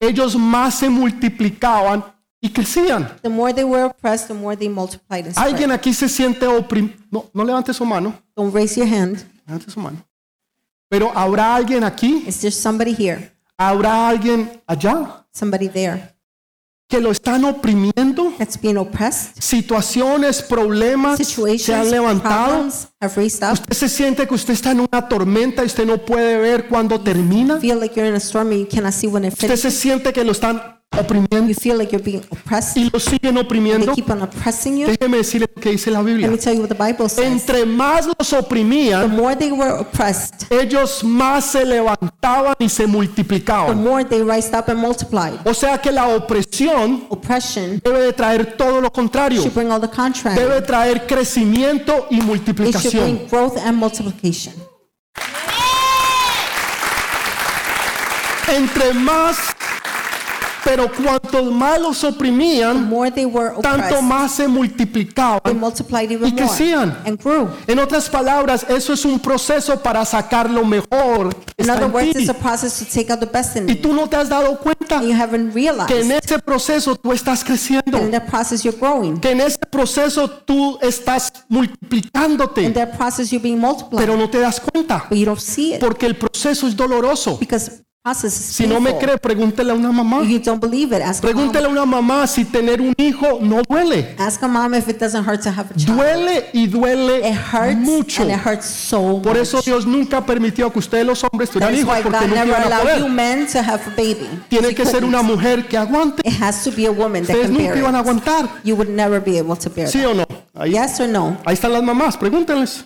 Speaker 1: ellos más se multiplicaban y crecían.
Speaker 2: The more they were oppressed, the more they multiplied and spread.
Speaker 1: ¿Alguien aquí se siente oprimido? No, no levante su mano.
Speaker 2: Don't raise your hand.
Speaker 1: Levante su mano. Pero habrá alguien aquí,
Speaker 2: Is there somebody here?
Speaker 1: habrá alguien allá
Speaker 2: Somebody there
Speaker 1: que lo están oprimiendo.
Speaker 2: that's being oppressed?
Speaker 1: Situaciones, problemas se han
Speaker 2: Situations,
Speaker 1: levantado.
Speaker 2: problems have raised up.
Speaker 1: Usted se siente que usted está en una tormenta y usted no puede ver cuándo termina.
Speaker 2: feel like you're in a storm and you cannot see when it
Speaker 1: Usted
Speaker 2: finishes.
Speaker 1: se siente que lo están oprimiendo
Speaker 2: You feel like you're being oppressed.
Speaker 1: y lo siguen oprimiendo.
Speaker 2: They keep on oppressing you.
Speaker 1: Déjeme decirle lo que dice la
Speaker 2: Let
Speaker 1: Biblia.
Speaker 2: me tell you what the Bible says.
Speaker 1: Entre más los
Speaker 2: The
Speaker 1: oprimían,
Speaker 2: more they were oppressed,
Speaker 1: ellos más se levantaban y se
Speaker 2: the
Speaker 1: multiplicaban.
Speaker 2: more they raised up and multiplied.
Speaker 1: O sea que la opresión
Speaker 2: Oppression
Speaker 1: debe de traer todo lo contrario.
Speaker 2: should bring all the contrary.
Speaker 1: Debe traer crecimiento y
Speaker 2: It should
Speaker 1: multiplicación.
Speaker 2: bring growth and multiplication.
Speaker 1: Entre más Pero cuantos más los
Speaker 2: The
Speaker 1: oprimían,
Speaker 2: more they were
Speaker 1: tanto
Speaker 2: oppressed,
Speaker 1: más se
Speaker 2: they
Speaker 1: multiplicaban.
Speaker 2: multiplied
Speaker 1: y
Speaker 2: even more
Speaker 1: crecían.
Speaker 2: and grew.
Speaker 1: En otras palabras, eso es un proceso para sacar lo mejor que
Speaker 2: In
Speaker 1: está
Speaker 2: other
Speaker 1: en
Speaker 2: words,
Speaker 1: ti.
Speaker 2: it's a process to take out the best in
Speaker 1: Y
Speaker 2: you.
Speaker 1: tú no te has dado cuenta
Speaker 2: And you haven't realized.
Speaker 1: que en ese proceso tú estás
Speaker 2: And in
Speaker 1: creciendo,
Speaker 2: that process, you're growing.
Speaker 1: que en ese proceso tú estás
Speaker 2: In
Speaker 1: multiplicándote,
Speaker 2: that process, you're being multiplied.
Speaker 1: pero no te das cuenta
Speaker 2: but you don't see it
Speaker 1: porque el proceso es doloroso.
Speaker 2: because the process is
Speaker 1: Si no me
Speaker 2: painful.
Speaker 1: cree, pregúntele a una mamá.
Speaker 2: You don't believe it. Ask a mom.
Speaker 1: Pregúntele a una mamá si tener un hijo no duele.
Speaker 2: Ask a mom if it doesn't hurt to have a child.
Speaker 1: Duele y duele
Speaker 2: It hurts
Speaker 1: mucho.
Speaker 2: and it hurts so
Speaker 1: Por
Speaker 2: much.
Speaker 1: eso Dios nunca permitió que ustedes los hombres tuvieran
Speaker 2: That's
Speaker 1: hijos
Speaker 2: why
Speaker 1: porque
Speaker 2: God
Speaker 1: nunca
Speaker 2: never
Speaker 1: iban a
Speaker 2: allowed you
Speaker 1: poder.
Speaker 2: men to have a baby.
Speaker 1: Tiene
Speaker 2: She
Speaker 1: que ser
Speaker 2: couldn't.
Speaker 1: una mujer que aguante.
Speaker 2: It has to be a woman that
Speaker 1: Ustedes
Speaker 2: can bear
Speaker 1: nunca iban a
Speaker 2: it.
Speaker 1: aguantar.
Speaker 2: You would never be able to bear
Speaker 1: ¿Sí
Speaker 2: it.
Speaker 1: o no? Ahí,
Speaker 2: Yes or no?
Speaker 1: ahí están las mamás, pregúntenles.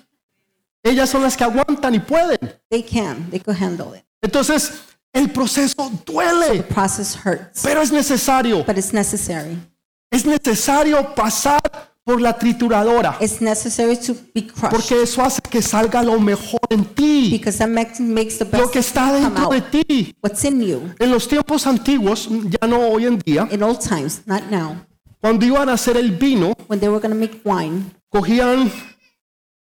Speaker 1: Ellas son las que aguantan y pueden.
Speaker 2: They can. They could handle it.
Speaker 1: Entonces, el proceso duele,
Speaker 2: The process hurts,
Speaker 1: pero es necesario.
Speaker 2: but it's necessary.
Speaker 1: Es necesario pasar por la trituradora
Speaker 2: It's necessary to be crushed
Speaker 1: porque eso hace que salga lo mejor en ti.
Speaker 2: because that makes, makes the
Speaker 1: lo
Speaker 2: best
Speaker 1: que está
Speaker 2: come
Speaker 1: dentro de
Speaker 2: out.
Speaker 1: ti.
Speaker 2: What's in you
Speaker 1: En los tiempos antiguos, ya no hoy en día,
Speaker 2: in old times, not now.
Speaker 1: cuando iban a hacer el vino,
Speaker 2: When they were going to make wine,
Speaker 1: cogían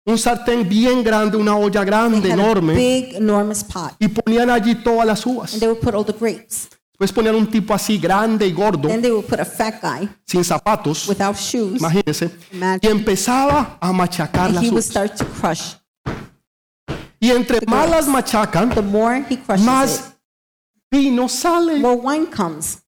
Speaker 1: un sartén bien grande, una olla
Speaker 2: they
Speaker 1: grande,
Speaker 2: had a
Speaker 1: enorme,
Speaker 2: big, enormous pot.
Speaker 1: y ponían allí todas las uvas.
Speaker 2: And they would put all the grapes.
Speaker 1: Después ponían un tipo así grande y gordo,
Speaker 2: Then they would put a fat guy
Speaker 1: sin zapatos,
Speaker 2: without shoes.
Speaker 1: imagínense, y
Speaker 2: Imagine.
Speaker 1: empezaba a machacar
Speaker 2: And
Speaker 1: las
Speaker 2: he would
Speaker 1: uvas.
Speaker 2: start to crush.
Speaker 1: Y entre más
Speaker 2: grapes.
Speaker 1: las machacan,
Speaker 2: The more he crushes
Speaker 1: más vino
Speaker 2: it,
Speaker 1: sale.
Speaker 2: more wine comes.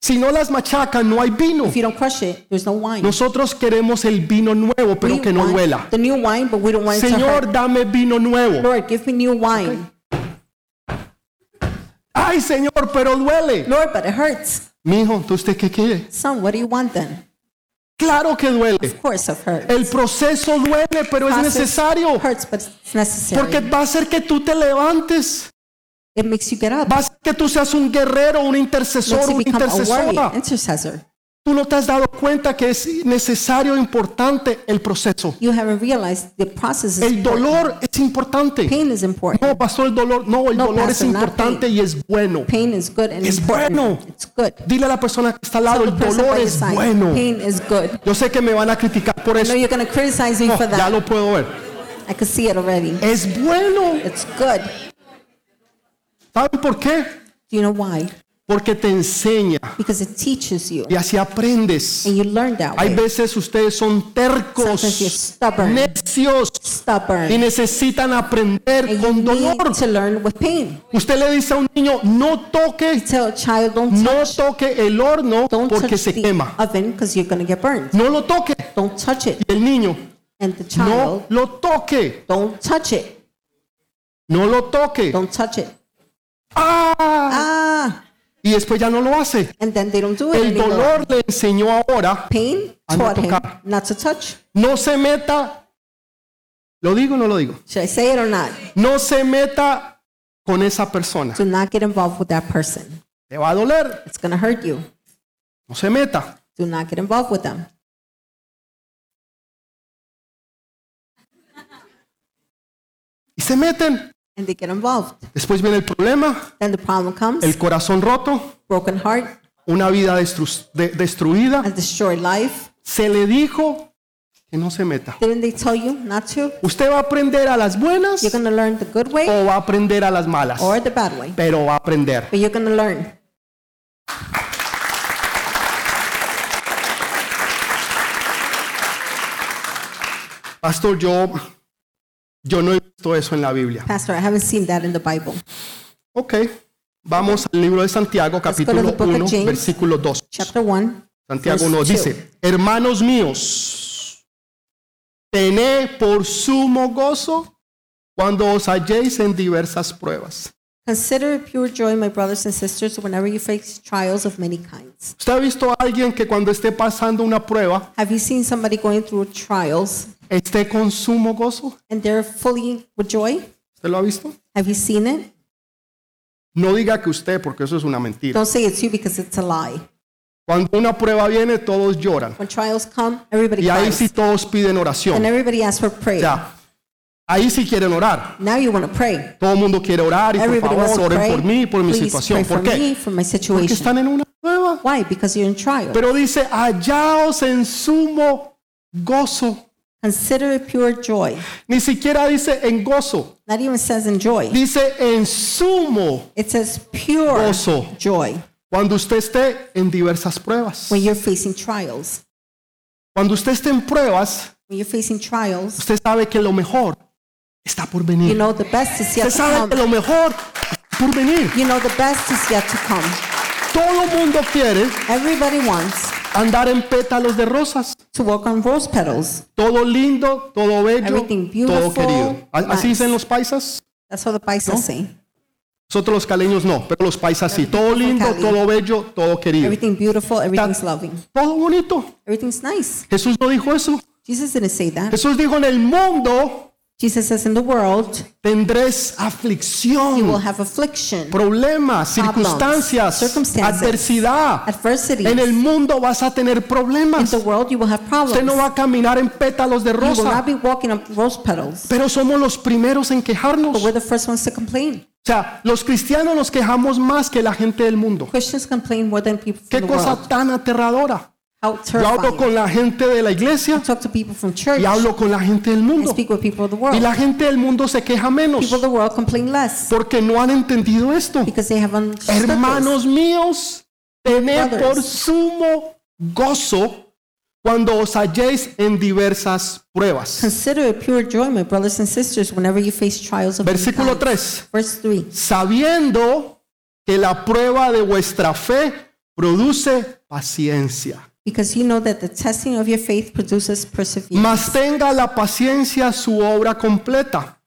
Speaker 1: Si no las machacan, no hay vino.
Speaker 2: If you don't crush it, there's no wine.
Speaker 1: Nosotros queremos el vino nuevo,
Speaker 2: We
Speaker 1: pero que no
Speaker 2: want
Speaker 1: huela.
Speaker 2: The new wine, but we don't want it to hurt.
Speaker 1: Señor, dame vino nuevo.
Speaker 2: Lord, give me new wine.
Speaker 1: Ay, Señor, pero duele.
Speaker 2: Lord, but it hurts.
Speaker 1: Mijo, ¿entonces usted qué quiere?
Speaker 2: Son, what do you want then?
Speaker 1: Claro que duele.
Speaker 2: Of course, I've heard.
Speaker 1: El proceso duele, pero es
Speaker 2: Process
Speaker 1: necesario.
Speaker 2: hurts, but it's necessary.
Speaker 1: Porque va a hacer que tú te levantes.
Speaker 2: it makes you get up.
Speaker 1: Va a hacer que tú seas un guerrero, un intercesor,
Speaker 2: makes you
Speaker 1: una
Speaker 2: become a warrior,
Speaker 1: intercesora.
Speaker 2: intercessor.
Speaker 1: Tú no te has dado cuenta que es necesario, importante el proceso.
Speaker 2: You haven't realized the process is
Speaker 1: El
Speaker 2: important.
Speaker 1: dolor es importante.
Speaker 2: Pain is important.
Speaker 1: No, pasó el dolor. No, el
Speaker 2: No,
Speaker 1: dolor es
Speaker 2: pastor, not
Speaker 1: importante y es bueno.
Speaker 2: Pain is good and
Speaker 1: Es
Speaker 2: important.
Speaker 1: bueno.
Speaker 2: It's good.
Speaker 1: Dile a la persona que está al lado,
Speaker 2: Tell the
Speaker 1: el
Speaker 2: person
Speaker 1: dolor
Speaker 2: by your
Speaker 1: es
Speaker 2: side,
Speaker 1: bueno.
Speaker 2: Pain is good.
Speaker 1: Yo sé que me van a criticar por
Speaker 2: I know
Speaker 1: eso.
Speaker 2: you're going to criticize me
Speaker 1: No,
Speaker 2: for
Speaker 1: ya
Speaker 2: that.
Speaker 1: lo puedo ver.
Speaker 2: I can see it already.
Speaker 1: Es bueno.
Speaker 2: It's good.
Speaker 1: ¿Saben por qué?
Speaker 2: Do you know why?
Speaker 1: Porque te enseña
Speaker 2: Because it teaches you,
Speaker 1: y así aprendes.
Speaker 2: and you learn that
Speaker 1: Hay
Speaker 2: way.
Speaker 1: veces ustedes son
Speaker 2: Sometimes you're
Speaker 1: tercos,
Speaker 2: stubborn,
Speaker 1: necios y
Speaker 2: stubborn,
Speaker 1: necesitan aprender
Speaker 2: and
Speaker 1: con
Speaker 2: you
Speaker 1: dolor.
Speaker 2: need to learn with pain.
Speaker 1: Usted le dice a un niño, no toque,
Speaker 2: Tell a child, don't
Speaker 1: no
Speaker 2: touch,
Speaker 1: toque el horno
Speaker 2: don't
Speaker 1: porque
Speaker 2: touch
Speaker 1: se
Speaker 2: the
Speaker 1: quema.
Speaker 2: oven because you're going to get burned.
Speaker 1: No lo toque.
Speaker 2: Don't touch it.
Speaker 1: Y el niño,
Speaker 2: And the child,
Speaker 1: no lo toque,
Speaker 2: don't touch it.
Speaker 1: no lo toque.
Speaker 2: Don't touch it.
Speaker 1: ¡Ah!
Speaker 2: Ah,
Speaker 1: Y después ya no lo hace.
Speaker 2: and then they don't do it
Speaker 1: El
Speaker 2: anymore.
Speaker 1: dolor le enseñó ahora
Speaker 2: pain
Speaker 1: A no
Speaker 2: taught him
Speaker 1: tocar.
Speaker 2: not to touch.
Speaker 1: No se meta, lo digo o no lo digo,
Speaker 2: Should I say it or not?
Speaker 1: no se meta con esa persona.
Speaker 2: Do not get involved with that person.
Speaker 1: Le va a doler,
Speaker 2: It's going to hurt you.
Speaker 1: no se meta.
Speaker 2: Do not get involved with them.
Speaker 1: Y se meten.
Speaker 2: And they get involved.
Speaker 1: Después viene el problema,
Speaker 2: Then the problem comes
Speaker 1: el corazón roto,
Speaker 2: broken heart,
Speaker 1: una vida destru- de- destruida.
Speaker 2: a destroyed life.
Speaker 1: Se le dijo que no se meta.
Speaker 2: Didn't they tell you not to?
Speaker 1: Usted va a aprender a las buenas
Speaker 2: You're going to learn the good way
Speaker 1: o va a aprender a las malas,
Speaker 2: or the bad way.
Speaker 1: pero va a aprender.
Speaker 2: But you're going to learn.
Speaker 1: Pastor, yo, yo no he visto eso en la Biblia.
Speaker 2: Pastor, I haven't seen that in the Bible.
Speaker 1: Ok, vamos al libro de Santiago,
Speaker 2: go to the
Speaker 1: capítulo
Speaker 2: book of
Speaker 1: 1,
Speaker 2: James.
Speaker 1: versículo 2.
Speaker 2: Chapter 1.
Speaker 1: Santiago
Speaker 2: Verse
Speaker 1: 1
Speaker 2: two.
Speaker 1: dice, hermanos míos, tened por sumo gozo cuando os halléis en diversas pruebas.
Speaker 2: Consider it pure joy, my brothers and sisters, whenever you face trials of many kinds.
Speaker 1: ¿Usted ha visto a alguien que cuando esté pasando una prueba
Speaker 2: Have you seen somebody going through trials
Speaker 1: esté con sumo gozo?
Speaker 2: and they're fully with joy?
Speaker 1: ¿Usted lo ha visto?
Speaker 2: Have you seen it?
Speaker 1: No diga que usted, porque eso es una mentira.
Speaker 2: Don't say it's you because it's a lie.
Speaker 1: Cuando una prueba viene, todos lloran.
Speaker 2: When trials come, everybody
Speaker 1: Y ahí
Speaker 2: cries.
Speaker 1: sí todos piden
Speaker 2: And
Speaker 1: oración.
Speaker 2: everybody asks for
Speaker 1: O
Speaker 2: prayer.
Speaker 1: sea, ahí sí quieren orar.
Speaker 2: Now you want to pray.
Speaker 1: Todo el mundo quiere orar y por
Speaker 2: Everybody wants
Speaker 1: favor
Speaker 2: to
Speaker 1: oren
Speaker 2: pray.
Speaker 1: por mí, por mi
Speaker 2: Please pray
Speaker 1: situación.
Speaker 2: for
Speaker 1: ¿Por qué?
Speaker 2: me, for my
Speaker 1: Porque
Speaker 2: situation.
Speaker 1: están en una prueba.
Speaker 2: Why? Because you're in trial.
Speaker 1: Pero dice, hallaos en sumo gozo.
Speaker 2: Consider it pure joy.
Speaker 1: Ni siquiera dice en gozo,
Speaker 2: Not even says enjoy.
Speaker 1: dice en sumo
Speaker 2: It says pure
Speaker 1: gozo.
Speaker 2: joy
Speaker 1: Cuando usted esté en diversas pruebas.
Speaker 2: when you're facing trials.
Speaker 1: Cuando usted esté en pruebas,
Speaker 2: When you're facing trials,
Speaker 1: usted sabe que lo mejor está por
Speaker 2: you
Speaker 1: venir.
Speaker 2: know the best is yet
Speaker 1: Usted
Speaker 2: to
Speaker 1: sabe que
Speaker 2: come.
Speaker 1: lo mejor está por venir.
Speaker 2: You know the best is yet to come.
Speaker 1: Todo mundo quiere
Speaker 2: Everybody wants
Speaker 1: andar en pétalos de rosas.
Speaker 2: to walk on rose petals.
Speaker 1: Todo lindo, todo bello,
Speaker 2: Everything beautiful,
Speaker 1: todo querido. A- Así
Speaker 2: nice.
Speaker 1: dicen los paisas.
Speaker 2: That's what the Bible say.
Speaker 1: Nosotros los caleños no, pero los paisas sí. Todo lindo,
Speaker 2: Cali.
Speaker 1: todo bello, todo querido.
Speaker 2: Everything beautiful, everything's loving.
Speaker 1: Todo bonito.
Speaker 2: Everything's nice.
Speaker 1: Jesús no dijo eso.
Speaker 2: Jesus didn't say that.
Speaker 1: Jesús dijo, en el mundo
Speaker 2: Jesus says in the world
Speaker 1: tendréis
Speaker 2: you will
Speaker 1: aflicción,
Speaker 2: have affliction,
Speaker 1: problemas,
Speaker 2: Problems,
Speaker 1: circunstancias,
Speaker 2: circumstances,
Speaker 1: adversidad.
Speaker 2: adversity.
Speaker 1: En el
Speaker 2: In
Speaker 1: mundo vas a tener problemas.
Speaker 2: the world you will have problems.
Speaker 1: Usted no va a caminar en pétalos de
Speaker 2: You will not
Speaker 1: rosa.
Speaker 2: be walking on rose petals.
Speaker 1: Pero somos los primeros en quejarnos.
Speaker 2: But
Speaker 1: O
Speaker 2: we're the first ones to complain.
Speaker 1: sea, los cristianos nos quejamos más que la gente del mundo.
Speaker 2: Christians complain more than people from
Speaker 1: Qué
Speaker 2: the
Speaker 1: cosa
Speaker 2: world.
Speaker 1: tan aterradora.
Speaker 2: How
Speaker 1: Yo hablo
Speaker 2: terrifying.
Speaker 1: con la gente de la iglesia
Speaker 2: Talk to people from church
Speaker 1: y hablo con la gente del
Speaker 2: and
Speaker 1: mundo.
Speaker 2: speak with people of the
Speaker 1: Y
Speaker 2: world.
Speaker 1: la gente del mundo se queja menos
Speaker 2: People of the world complain less
Speaker 1: porque no han entendido esto.
Speaker 2: because they have understood this.
Speaker 1: Hermanos míos, tened
Speaker 2: Brothers.
Speaker 1: por sumo gozo cuando os halléis en diversas
Speaker 2: (laughs)
Speaker 1: pruebas.
Speaker 2: Consider it pure joy, my brothers and sisters, whenever you face trials of many
Speaker 1: Versículo
Speaker 2: kinds.
Speaker 1: 3.
Speaker 2: Verse 3.
Speaker 1: Sabiendo que la prueba de vuestra fe produce paciencia.
Speaker 2: Because you know that the testing of your faith produces perseverance.
Speaker 1: Mas tenga la paciencia su obra completa,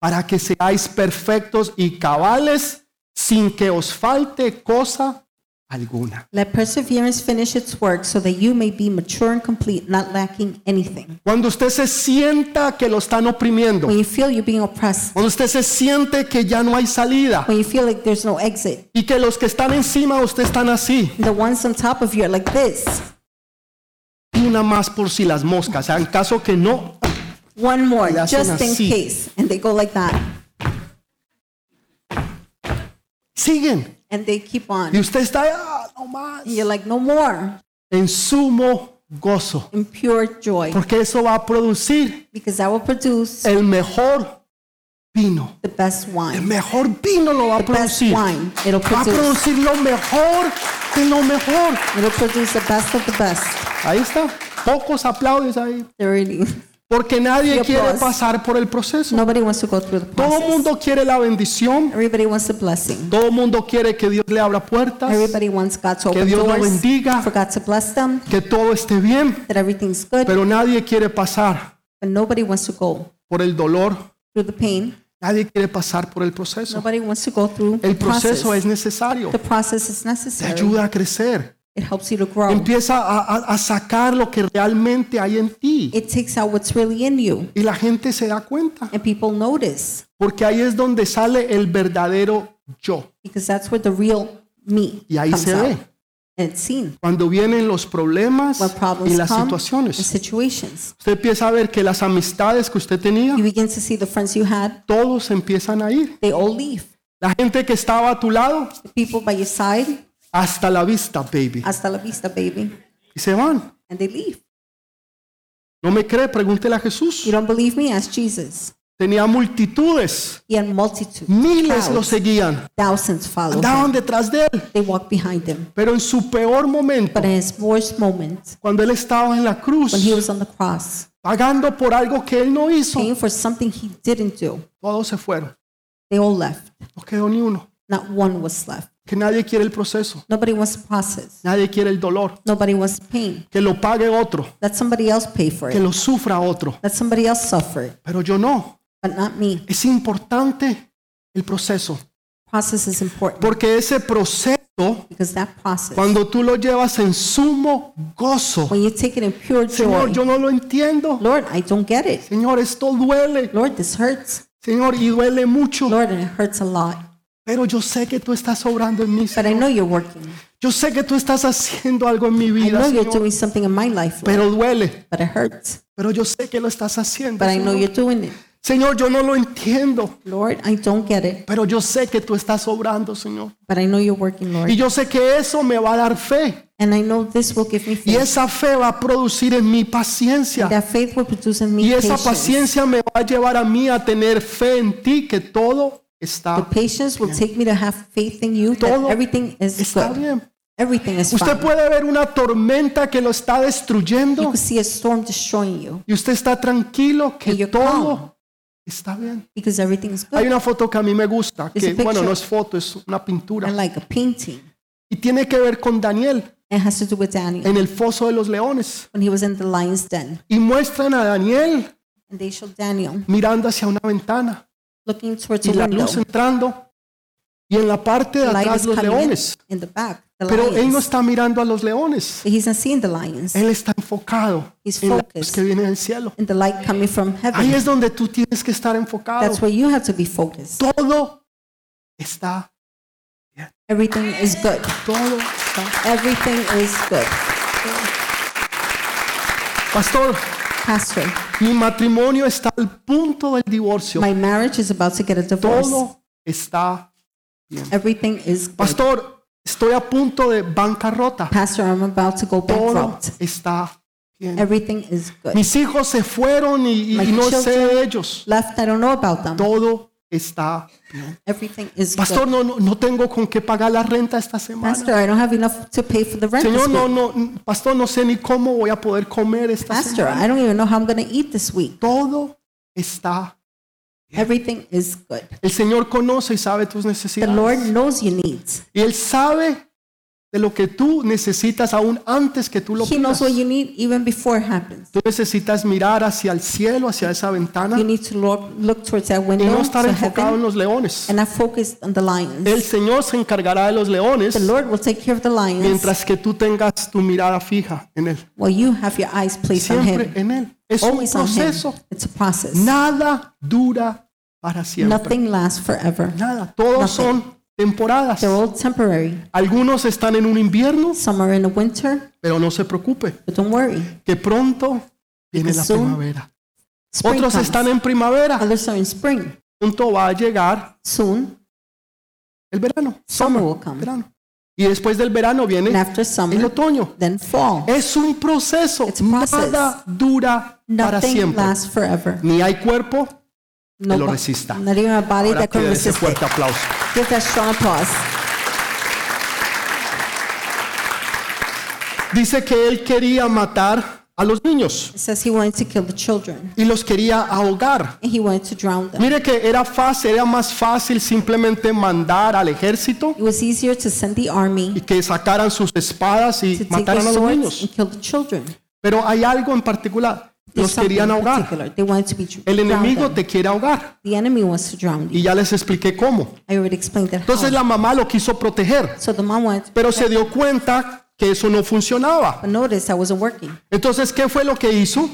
Speaker 1: para que seáis perfectos y cabales sin que os falte cosa alguna.
Speaker 2: Let perseverance finish its work so that you may be mature and complete, not lacking anything.
Speaker 1: Cuando usted se sienta que lo están oprimiendo,
Speaker 2: When you feel you're being oppressed,
Speaker 1: cuando usted se siente que ya no hay salida
Speaker 2: when you feel like there's no exit,
Speaker 1: y que los que están encima de usted están así,
Speaker 2: the ones on top of you are like this.
Speaker 1: y una más por si las moscas, o sea, en caso que no,
Speaker 2: One more,
Speaker 1: Le hacen
Speaker 2: just in
Speaker 1: así.
Speaker 2: case. And they go like that.
Speaker 1: siguen.
Speaker 2: And they keep
Speaker 1: Y
Speaker 2: on.
Speaker 1: usted está, "Ah, no más,
Speaker 2: And you're like, no more.
Speaker 1: en sumo gozo,
Speaker 2: In pure joy.
Speaker 1: porque eso va a producir
Speaker 2: Because that will produce
Speaker 1: el mejor vino.
Speaker 2: the best
Speaker 1: El
Speaker 2: wine.
Speaker 1: mejor vino lo va a
Speaker 2: The best
Speaker 1: producir. Va
Speaker 2: wine. It'll
Speaker 1: a
Speaker 2: produce.
Speaker 1: producir lo mejor de lo mejor.
Speaker 2: It'll produce the best of the best.
Speaker 1: Ahí está. Pocos aplaudes ahí.
Speaker 2: There really.
Speaker 1: Porque nadie
Speaker 2: Sí,
Speaker 1: quiere
Speaker 2: aplausos.
Speaker 1: pasar por el proceso.
Speaker 2: Nobody wants to go through the
Speaker 1: Todo
Speaker 2: process.
Speaker 1: mundo quiere la bendición.
Speaker 2: Everybody wants the blessing.
Speaker 1: Todo mundo quiere que Dios le abra puertas,
Speaker 2: Everybody wants God to
Speaker 1: Que
Speaker 2: open
Speaker 1: Dios lo
Speaker 2: doors,
Speaker 1: bendiga.
Speaker 2: for God to bless them,
Speaker 1: que todo esté bien,
Speaker 2: that everything's good,
Speaker 1: pero nadie quiere pasar
Speaker 2: but nobody wants to go
Speaker 1: por el dolor.
Speaker 2: through the pain.
Speaker 1: Nadie quiere pasar por el proceso.
Speaker 2: Nobody wants to go through the
Speaker 1: El proceso
Speaker 2: process.
Speaker 1: es necesario.
Speaker 2: The process is
Speaker 1: Te
Speaker 2: necessary.
Speaker 1: ayuda a crecer.
Speaker 2: It helps you to grow.
Speaker 1: Empieza a, a- a sacar lo que realmente hay en ti.
Speaker 2: It takes out what's really in you,
Speaker 1: Y la gente se da cuenta.
Speaker 2: and people notice
Speaker 1: Porque ahí es donde sale el verdadero yo.
Speaker 2: because that's where the real me
Speaker 1: Y ahí
Speaker 2: comes
Speaker 1: se
Speaker 2: out,
Speaker 1: ve.
Speaker 2: and it's seen
Speaker 1: Cuando vienen los problemas
Speaker 2: when
Speaker 1: y
Speaker 2: problems
Speaker 1: las
Speaker 2: come and
Speaker 1: situaciones.
Speaker 2: situations.
Speaker 1: Usted empieza a ver que las amistades que usted tenía,
Speaker 2: You begin to see the friends you had;
Speaker 1: todos empiezan a ir.
Speaker 2: they all leave.
Speaker 1: La gente que estaba a tu lado,
Speaker 2: The people by your side,
Speaker 1: hasta la vista, baby.
Speaker 2: hasta la vista, baby,
Speaker 1: Y se van.
Speaker 2: and they leave.
Speaker 1: No me cree, pregúntele a Jesús.
Speaker 2: You don't believe me? Ask Jesus.
Speaker 1: Tenía multitudes.
Speaker 2: He had multitudes,
Speaker 1: Miles lo
Speaker 2: crowds,
Speaker 1: seguían.
Speaker 2: thousands followed him.
Speaker 1: Andaban detrás de él.
Speaker 2: They walked behind him.
Speaker 1: Pero en su peor momento,
Speaker 2: But in his worst moment,
Speaker 1: cuando él estaba en la
Speaker 2: when he
Speaker 1: cruz,
Speaker 2: was on the cross,
Speaker 1: pagando por algo que él no hizo,
Speaker 2: paying for something he didn't do,
Speaker 1: todos se fueron.
Speaker 2: they all left.
Speaker 1: No quedó ni uno.
Speaker 2: Not one was left.
Speaker 1: Que nadie quiere el proceso.
Speaker 2: Nobody wants the process.
Speaker 1: Nadie quiere el dolor.
Speaker 2: Nobody wants the pain.
Speaker 1: Que lo pague otro.
Speaker 2: Let somebody else pay for
Speaker 1: Que
Speaker 2: it.
Speaker 1: lo sufra otro.
Speaker 2: Let somebody else suffer it,
Speaker 1: Pero yo no.
Speaker 2: but not me.
Speaker 1: Es importante el proceso.
Speaker 2: Process is important
Speaker 1: Porque ese proceso,
Speaker 2: because that process,
Speaker 1: cuando tú lo llevas en sumo gozo,
Speaker 2: when you take it in pure
Speaker 1: Señor,
Speaker 2: joy,
Speaker 1: yo no lo entiendo.
Speaker 2: Lord, I don't get it.
Speaker 1: Señor, esto duele.
Speaker 2: Lord, this hurts.
Speaker 1: Señor, y duele mucho.
Speaker 2: Lord, and it hurts a lot.
Speaker 1: Pero yo sé que tú estás obrando en mí.
Speaker 2: But
Speaker 1: Señor.
Speaker 2: I know you're working.
Speaker 1: Yo sé que tú estás haciendo algo en mi
Speaker 2: I
Speaker 1: vida,
Speaker 2: know you're
Speaker 1: Señor,
Speaker 2: doing something in my life, Lord,
Speaker 1: pero duele.
Speaker 2: but it hurts.
Speaker 1: Pero yo sé que lo estás haciendo.
Speaker 2: But I know
Speaker 1: Señor.
Speaker 2: you're doing it.
Speaker 1: Señor, yo no lo entiendo,
Speaker 2: Lord, I don't get it,
Speaker 1: pero yo sé que tú estás obrando, Señor.
Speaker 2: but I know you're working,
Speaker 1: Y
Speaker 2: Lord.
Speaker 1: yo sé que eso me va a dar fe.
Speaker 2: And I know this will give me
Speaker 1: Y
Speaker 2: faith.
Speaker 1: esa fe va a producir en mí paciencia.
Speaker 2: That faith will produce in me
Speaker 1: Y esa
Speaker 2: patience.
Speaker 1: paciencia me va a llevar a mí a tener fe en ti que todo
Speaker 2: The
Speaker 1: está,
Speaker 2: patience will take me to have faith in you that
Speaker 1: Todo
Speaker 2: everything is
Speaker 1: está
Speaker 2: good.
Speaker 1: bien.
Speaker 2: Everything is
Speaker 1: Usted
Speaker 2: fine.
Speaker 1: puede ver una tormenta que lo está
Speaker 2: You
Speaker 1: destruyendo
Speaker 2: could see a storm destroying you
Speaker 1: y usted está tranquilo
Speaker 2: And
Speaker 1: que
Speaker 2: you're calm.
Speaker 1: todo está bien.
Speaker 2: because everything is
Speaker 1: Hay
Speaker 2: good.
Speaker 1: una foto que a mí me gusta,
Speaker 2: It's a
Speaker 1: que bueno,
Speaker 2: picture.
Speaker 1: no es foto, es una
Speaker 2: I
Speaker 1: pintura.
Speaker 2: like a painting.
Speaker 1: Y tiene que ver con Daniel
Speaker 2: It has to do with Daniel
Speaker 1: en el foso de los leones.
Speaker 2: when he was in the lion's den.
Speaker 1: Y muestran a Daniel
Speaker 2: And they showed Daniel
Speaker 1: mirando hacia una ventana
Speaker 2: looking towards
Speaker 1: y
Speaker 2: a
Speaker 1: la luz
Speaker 2: window.
Speaker 1: entrando y en la parte de
Speaker 2: The light
Speaker 1: atrás
Speaker 2: is
Speaker 1: los
Speaker 2: coming in,
Speaker 1: leones.
Speaker 2: in the back. The
Speaker 1: Pero él no
Speaker 2: lions.
Speaker 1: está mirando a los leones.
Speaker 2: He's not seeing the lions
Speaker 1: Él está enfocado
Speaker 2: He's
Speaker 1: en la luz
Speaker 2: focused.
Speaker 1: que viene del cielo.
Speaker 2: and the light coming from
Speaker 1: Ahí
Speaker 2: heaven.
Speaker 1: es donde tú tienes que estar enfocado.
Speaker 2: That's where you have to be focused.
Speaker 1: Todo está,
Speaker 2: Everything is good.
Speaker 1: todo está.
Speaker 2: Everything is good.
Speaker 1: Pastor,
Speaker 2: Pastor,
Speaker 1: mi matrimonio está al punto del divorcio.
Speaker 2: my marriage is about to get a divorce.
Speaker 1: Todo está.
Speaker 2: Everything is good.
Speaker 1: Pastor, estoy a punto de bancarrota.
Speaker 2: Pastor, I'm about to go
Speaker 1: Todo
Speaker 2: bankrupt.
Speaker 1: está bien.
Speaker 2: Everything is good.
Speaker 1: Mis hijos se fueron y, y
Speaker 2: My
Speaker 1: no sé
Speaker 2: children-
Speaker 1: de ellos.
Speaker 2: Left, I don't know about them.
Speaker 1: Todo está.
Speaker 2: Everything is
Speaker 1: Pastor,
Speaker 2: good.
Speaker 1: no, no, no tengo con qué pagar la renta esta semana.
Speaker 2: Pastor, I don't have enough to pay for the rent. this
Speaker 1: Señor, no,
Speaker 2: week.
Speaker 1: no, n- pastor, no sé ni cómo voy a poder comer esta
Speaker 2: Pastor,
Speaker 1: semana.
Speaker 2: I don't even know how I'm going to eat this week.
Speaker 1: Todo está.
Speaker 2: Everything is good.
Speaker 1: El Señor conoce y sabe tus
Speaker 2: The Lord
Speaker 1: necesidades.
Speaker 2: knows your needs.
Speaker 1: Y Él sabe de lo que tú necesitas aún antes que tú lo
Speaker 2: He knows
Speaker 1: pidas.
Speaker 2: what you need even before it happens.
Speaker 1: Tú necesitas mirar hacia el cielo, hacia esa ventana
Speaker 2: You
Speaker 1: y
Speaker 2: need to look, look towards that
Speaker 1: no
Speaker 2: window
Speaker 1: estar
Speaker 2: to
Speaker 1: enfocado en
Speaker 2: heaven
Speaker 1: los leones.
Speaker 2: and not focused on the lions.
Speaker 1: El Señor se encargará de los leones
Speaker 2: the Lord will take care of the lions
Speaker 1: mientras que tú tengas tu mirada fija en Él.
Speaker 2: while you have your eyes placed on
Speaker 1: Siempre en
Speaker 2: Him.
Speaker 1: Él. Es un
Speaker 2: Always on Him.
Speaker 1: proceso.
Speaker 2: It's a process.
Speaker 1: Nada dura para siempre.
Speaker 2: Nothing lasts forever.
Speaker 1: Nada. Todos
Speaker 2: Nothing.
Speaker 1: son temporadas.
Speaker 2: They're all temporary.
Speaker 1: Algunos están en un invierno,
Speaker 2: Some are in the winter,
Speaker 1: pero no se preocupe,
Speaker 2: but don't worry.
Speaker 1: que pronto viene la
Speaker 2: Soon
Speaker 1: primavera.
Speaker 2: Spring
Speaker 1: Otros
Speaker 2: comes.
Speaker 1: están en primavera,
Speaker 2: Others are in spring.
Speaker 1: pronto va a llegar
Speaker 2: Soon,
Speaker 1: el verano.
Speaker 2: summer will come.
Speaker 1: verano. Y después del verano
Speaker 2: And
Speaker 1: viene
Speaker 2: after
Speaker 1: el
Speaker 2: summer,
Speaker 1: otoño.
Speaker 2: then fall.
Speaker 1: Es un proceso.
Speaker 2: It's a process.
Speaker 1: Nada dura para
Speaker 2: Nothing
Speaker 1: siempre.
Speaker 2: lasts forever.
Speaker 1: Ni hay cuerpo.
Speaker 2: No,
Speaker 1: lo
Speaker 2: bo-
Speaker 1: resista.
Speaker 2: not even a body
Speaker 1: Ahora
Speaker 2: that
Speaker 1: que
Speaker 2: can
Speaker 1: ese
Speaker 2: resist it.
Speaker 1: fuerte aplauso.
Speaker 2: Give that strong applause.
Speaker 1: Dice que él quería matar a los niños
Speaker 2: It says he wanted to kill the children
Speaker 1: y los quería ahogar.
Speaker 2: and he wanted to drown them.
Speaker 1: Mire que era fácil, era más fácil simplemente mandar al ejército
Speaker 2: It was easier to send the
Speaker 1: y
Speaker 2: army
Speaker 1: que sacaran sus espadas
Speaker 2: to
Speaker 1: y
Speaker 2: take their
Speaker 1: mataran a los
Speaker 2: swords
Speaker 1: niños.
Speaker 2: and kill the children.
Speaker 1: Pero hay algo en particular,
Speaker 2: There's
Speaker 1: los
Speaker 2: something
Speaker 1: querían
Speaker 2: in
Speaker 1: ahogar.
Speaker 2: particular. They wanted to be dr-
Speaker 1: El enemigo
Speaker 2: drowned them.
Speaker 1: te quiere ahogar
Speaker 2: The enemy wants to drown you.
Speaker 1: y ya les expliqué cómo.
Speaker 2: I already explained that.
Speaker 1: Entonces
Speaker 2: how.
Speaker 1: la mamá lo quiso proteger,
Speaker 2: So the mom wanted,
Speaker 1: pero se dio cuenta que eso no funcionaba.
Speaker 2: but notice I wasn't working.
Speaker 1: Entonces, ¿qué fue lo que hizo?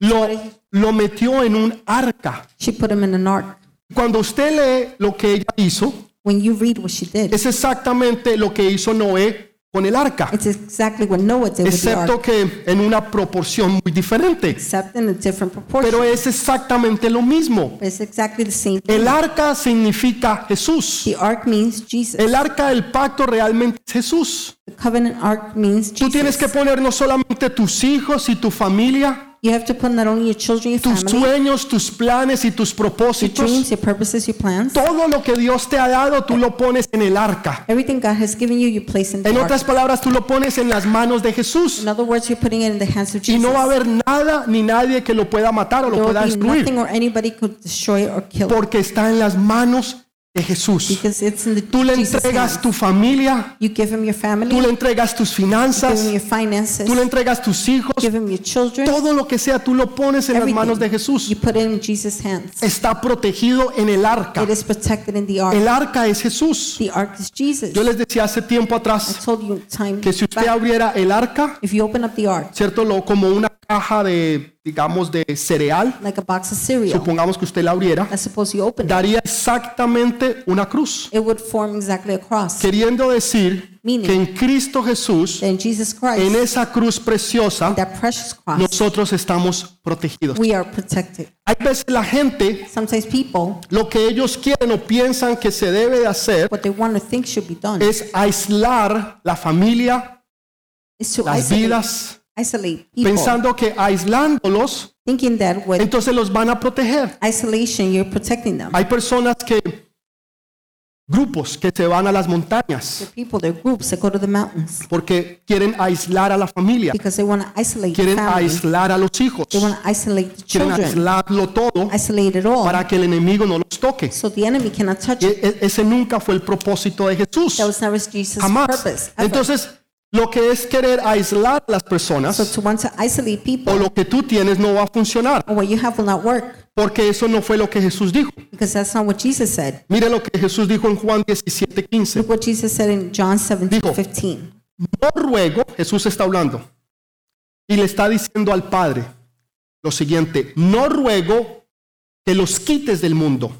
Speaker 1: Lo, lo metió en un arca.
Speaker 2: She put him in an ark.
Speaker 1: Cuando usted lee lo que ella hizo,
Speaker 2: When you read what she did,
Speaker 1: es exactamente lo que hizo Noé con el arca.
Speaker 2: it's exactly what Noah did with the
Speaker 1: excepto
Speaker 2: ark,
Speaker 1: que en una proporción muy diferente.
Speaker 2: except in a different proportion.
Speaker 1: Pero es exactamente lo mismo.
Speaker 2: But it's exactly the same thing.
Speaker 1: El arca significa Jesús.
Speaker 2: The ark means Jesus.
Speaker 1: El arca del pacto realmente es Jesús.
Speaker 2: The covenant ark means
Speaker 1: Tú tienes que
Speaker 2: Jesus.
Speaker 1: poner no solamente tus hijos y tu familia,
Speaker 2: You have to put not only your children, your
Speaker 1: tus
Speaker 2: family,
Speaker 1: sueños, tus planes y tus
Speaker 2: your dreams,
Speaker 1: propósitos.
Speaker 2: your purposes, your plans.
Speaker 1: Todo lo que Dios te ha dado, tú lo pones en el arca.
Speaker 2: Everything God has given you, you place in the
Speaker 1: En
Speaker 2: ark.
Speaker 1: otras palabras, tú lo pones en las manos de Jesús.
Speaker 2: In other words, you're putting it in the hands of
Speaker 1: Y
Speaker 2: Jesus.
Speaker 1: no va a haber nada ni nadie que lo pueda matar o lo
Speaker 2: there
Speaker 1: pueda
Speaker 2: will be
Speaker 1: destruir.
Speaker 2: nothing or anybody could destroy it or kill it
Speaker 1: porque está en las manos de Jesús.
Speaker 2: because it's in the
Speaker 1: Tú le
Speaker 2: Jesus
Speaker 1: entregas
Speaker 2: hands.
Speaker 1: tu familia,
Speaker 2: You give him your family,
Speaker 1: tú le entregas tus
Speaker 2: give him
Speaker 1: finanzas,
Speaker 2: your finances,
Speaker 1: tú le entregas tus hijos,
Speaker 2: give him your children.
Speaker 1: todo lo que sea, tú lo pones en las
Speaker 2: Everything.
Speaker 1: manos de
Speaker 2: You
Speaker 1: Jesús.
Speaker 2: put it in Jesus' hands.
Speaker 1: Está protegido en el arca.
Speaker 2: It is protected in the ark.
Speaker 1: El arca es Jesús.
Speaker 2: the ark is Jesus.
Speaker 1: Yo les decía hace tiempo
Speaker 2: I
Speaker 1: atrás
Speaker 2: told you time
Speaker 1: que si usted
Speaker 2: back,
Speaker 1: abriera el arca,
Speaker 2: if you open up the ark,
Speaker 1: ¿cierto? Lo, como una caja de, digamos, de cereal,
Speaker 2: like a box of cereal.
Speaker 1: supongamos que usted la abriera,
Speaker 2: Let's suppose you open it.
Speaker 1: daría exactamente una cruz.
Speaker 2: It would form exactly a cross.
Speaker 1: Queriendo decir que
Speaker 2: Meaning
Speaker 1: en Cristo Jesús,
Speaker 2: that in Jesus
Speaker 1: en
Speaker 2: Christ,
Speaker 1: esa cruz preciosa,
Speaker 2: that precious cross,
Speaker 1: nosotros estamos protegidos.
Speaker 2: we are protected.
Speaker 1: Hay veces la gente,
Speaker 2: Sometimes people,
Speaker 1: lo que ellos quieren o piensan que se debe de hacer
Speaker 2: what they want to think should be done
Speaker 1: es aislar la familia,
Speaker 2: is to
Speaker 1: las
Speaker 2: isolate,
Speaker 1: vidas,
Speaker 2: isolate people,
Speaker 1: pensando que aislándolos,
Speaker 2: thinking that with
Speaker 1: entonces los van a proteger.
Speaker 2: isolation you're protecting them.
Speaker 1: Hay personas que, grupos que se van a las montañas
Speaker 2: They're people, they're groups that go to the mountains
Speaker 1: porque quieren aislar a la familia,
Speaker 2: because they want to isolate the
Speaker 1: quieren
Speaker 2: family.
Speaker 1: aislar a los hijos,
Speaker 2: They want to isolate the
Speaker 1: quieren
Speaker 2: children,
Speaker 1: aislarlo todo
Speaker 2: isolate it all,
Speaker 1: para que el enemigo no los toque.
Speaker 2: so the enemy cannot touch
Speaker 1: E-
Speaker 2: it.
Speaker 1: e- Ese nunca fue el propósito de Jesús.
Speaker 2: That was never Jesus'
Speaker 1: Jamás.
Speaker 2: purpose. ever.
Speaker 1: Entonces, lo que es querer aislar a las
Speaker 2: So
Speaker 1: personas
Speaker 2: to want to isolate
Speaker 1: o
Speaker 2: people
Speaker 1: lo que tú tienes no va a funcionar,
Speaker 2: or what you have will not work
Speaker 1: porque eso no fue lo que Jesús dijo.
Speaker 2: because that's not what Jesus said.
Speaker 1: Mire lo que Jesús dijo en Juan 17, 15.
Speaker 2: Look what Jesus said in John 17,
Speaker 1: Dijo.
Speaker 2: 15.
Speaker 1: No ruego, Jesús está hablando y le está diciendo al Padre lo siguiente, no ruego que los quites del mundo,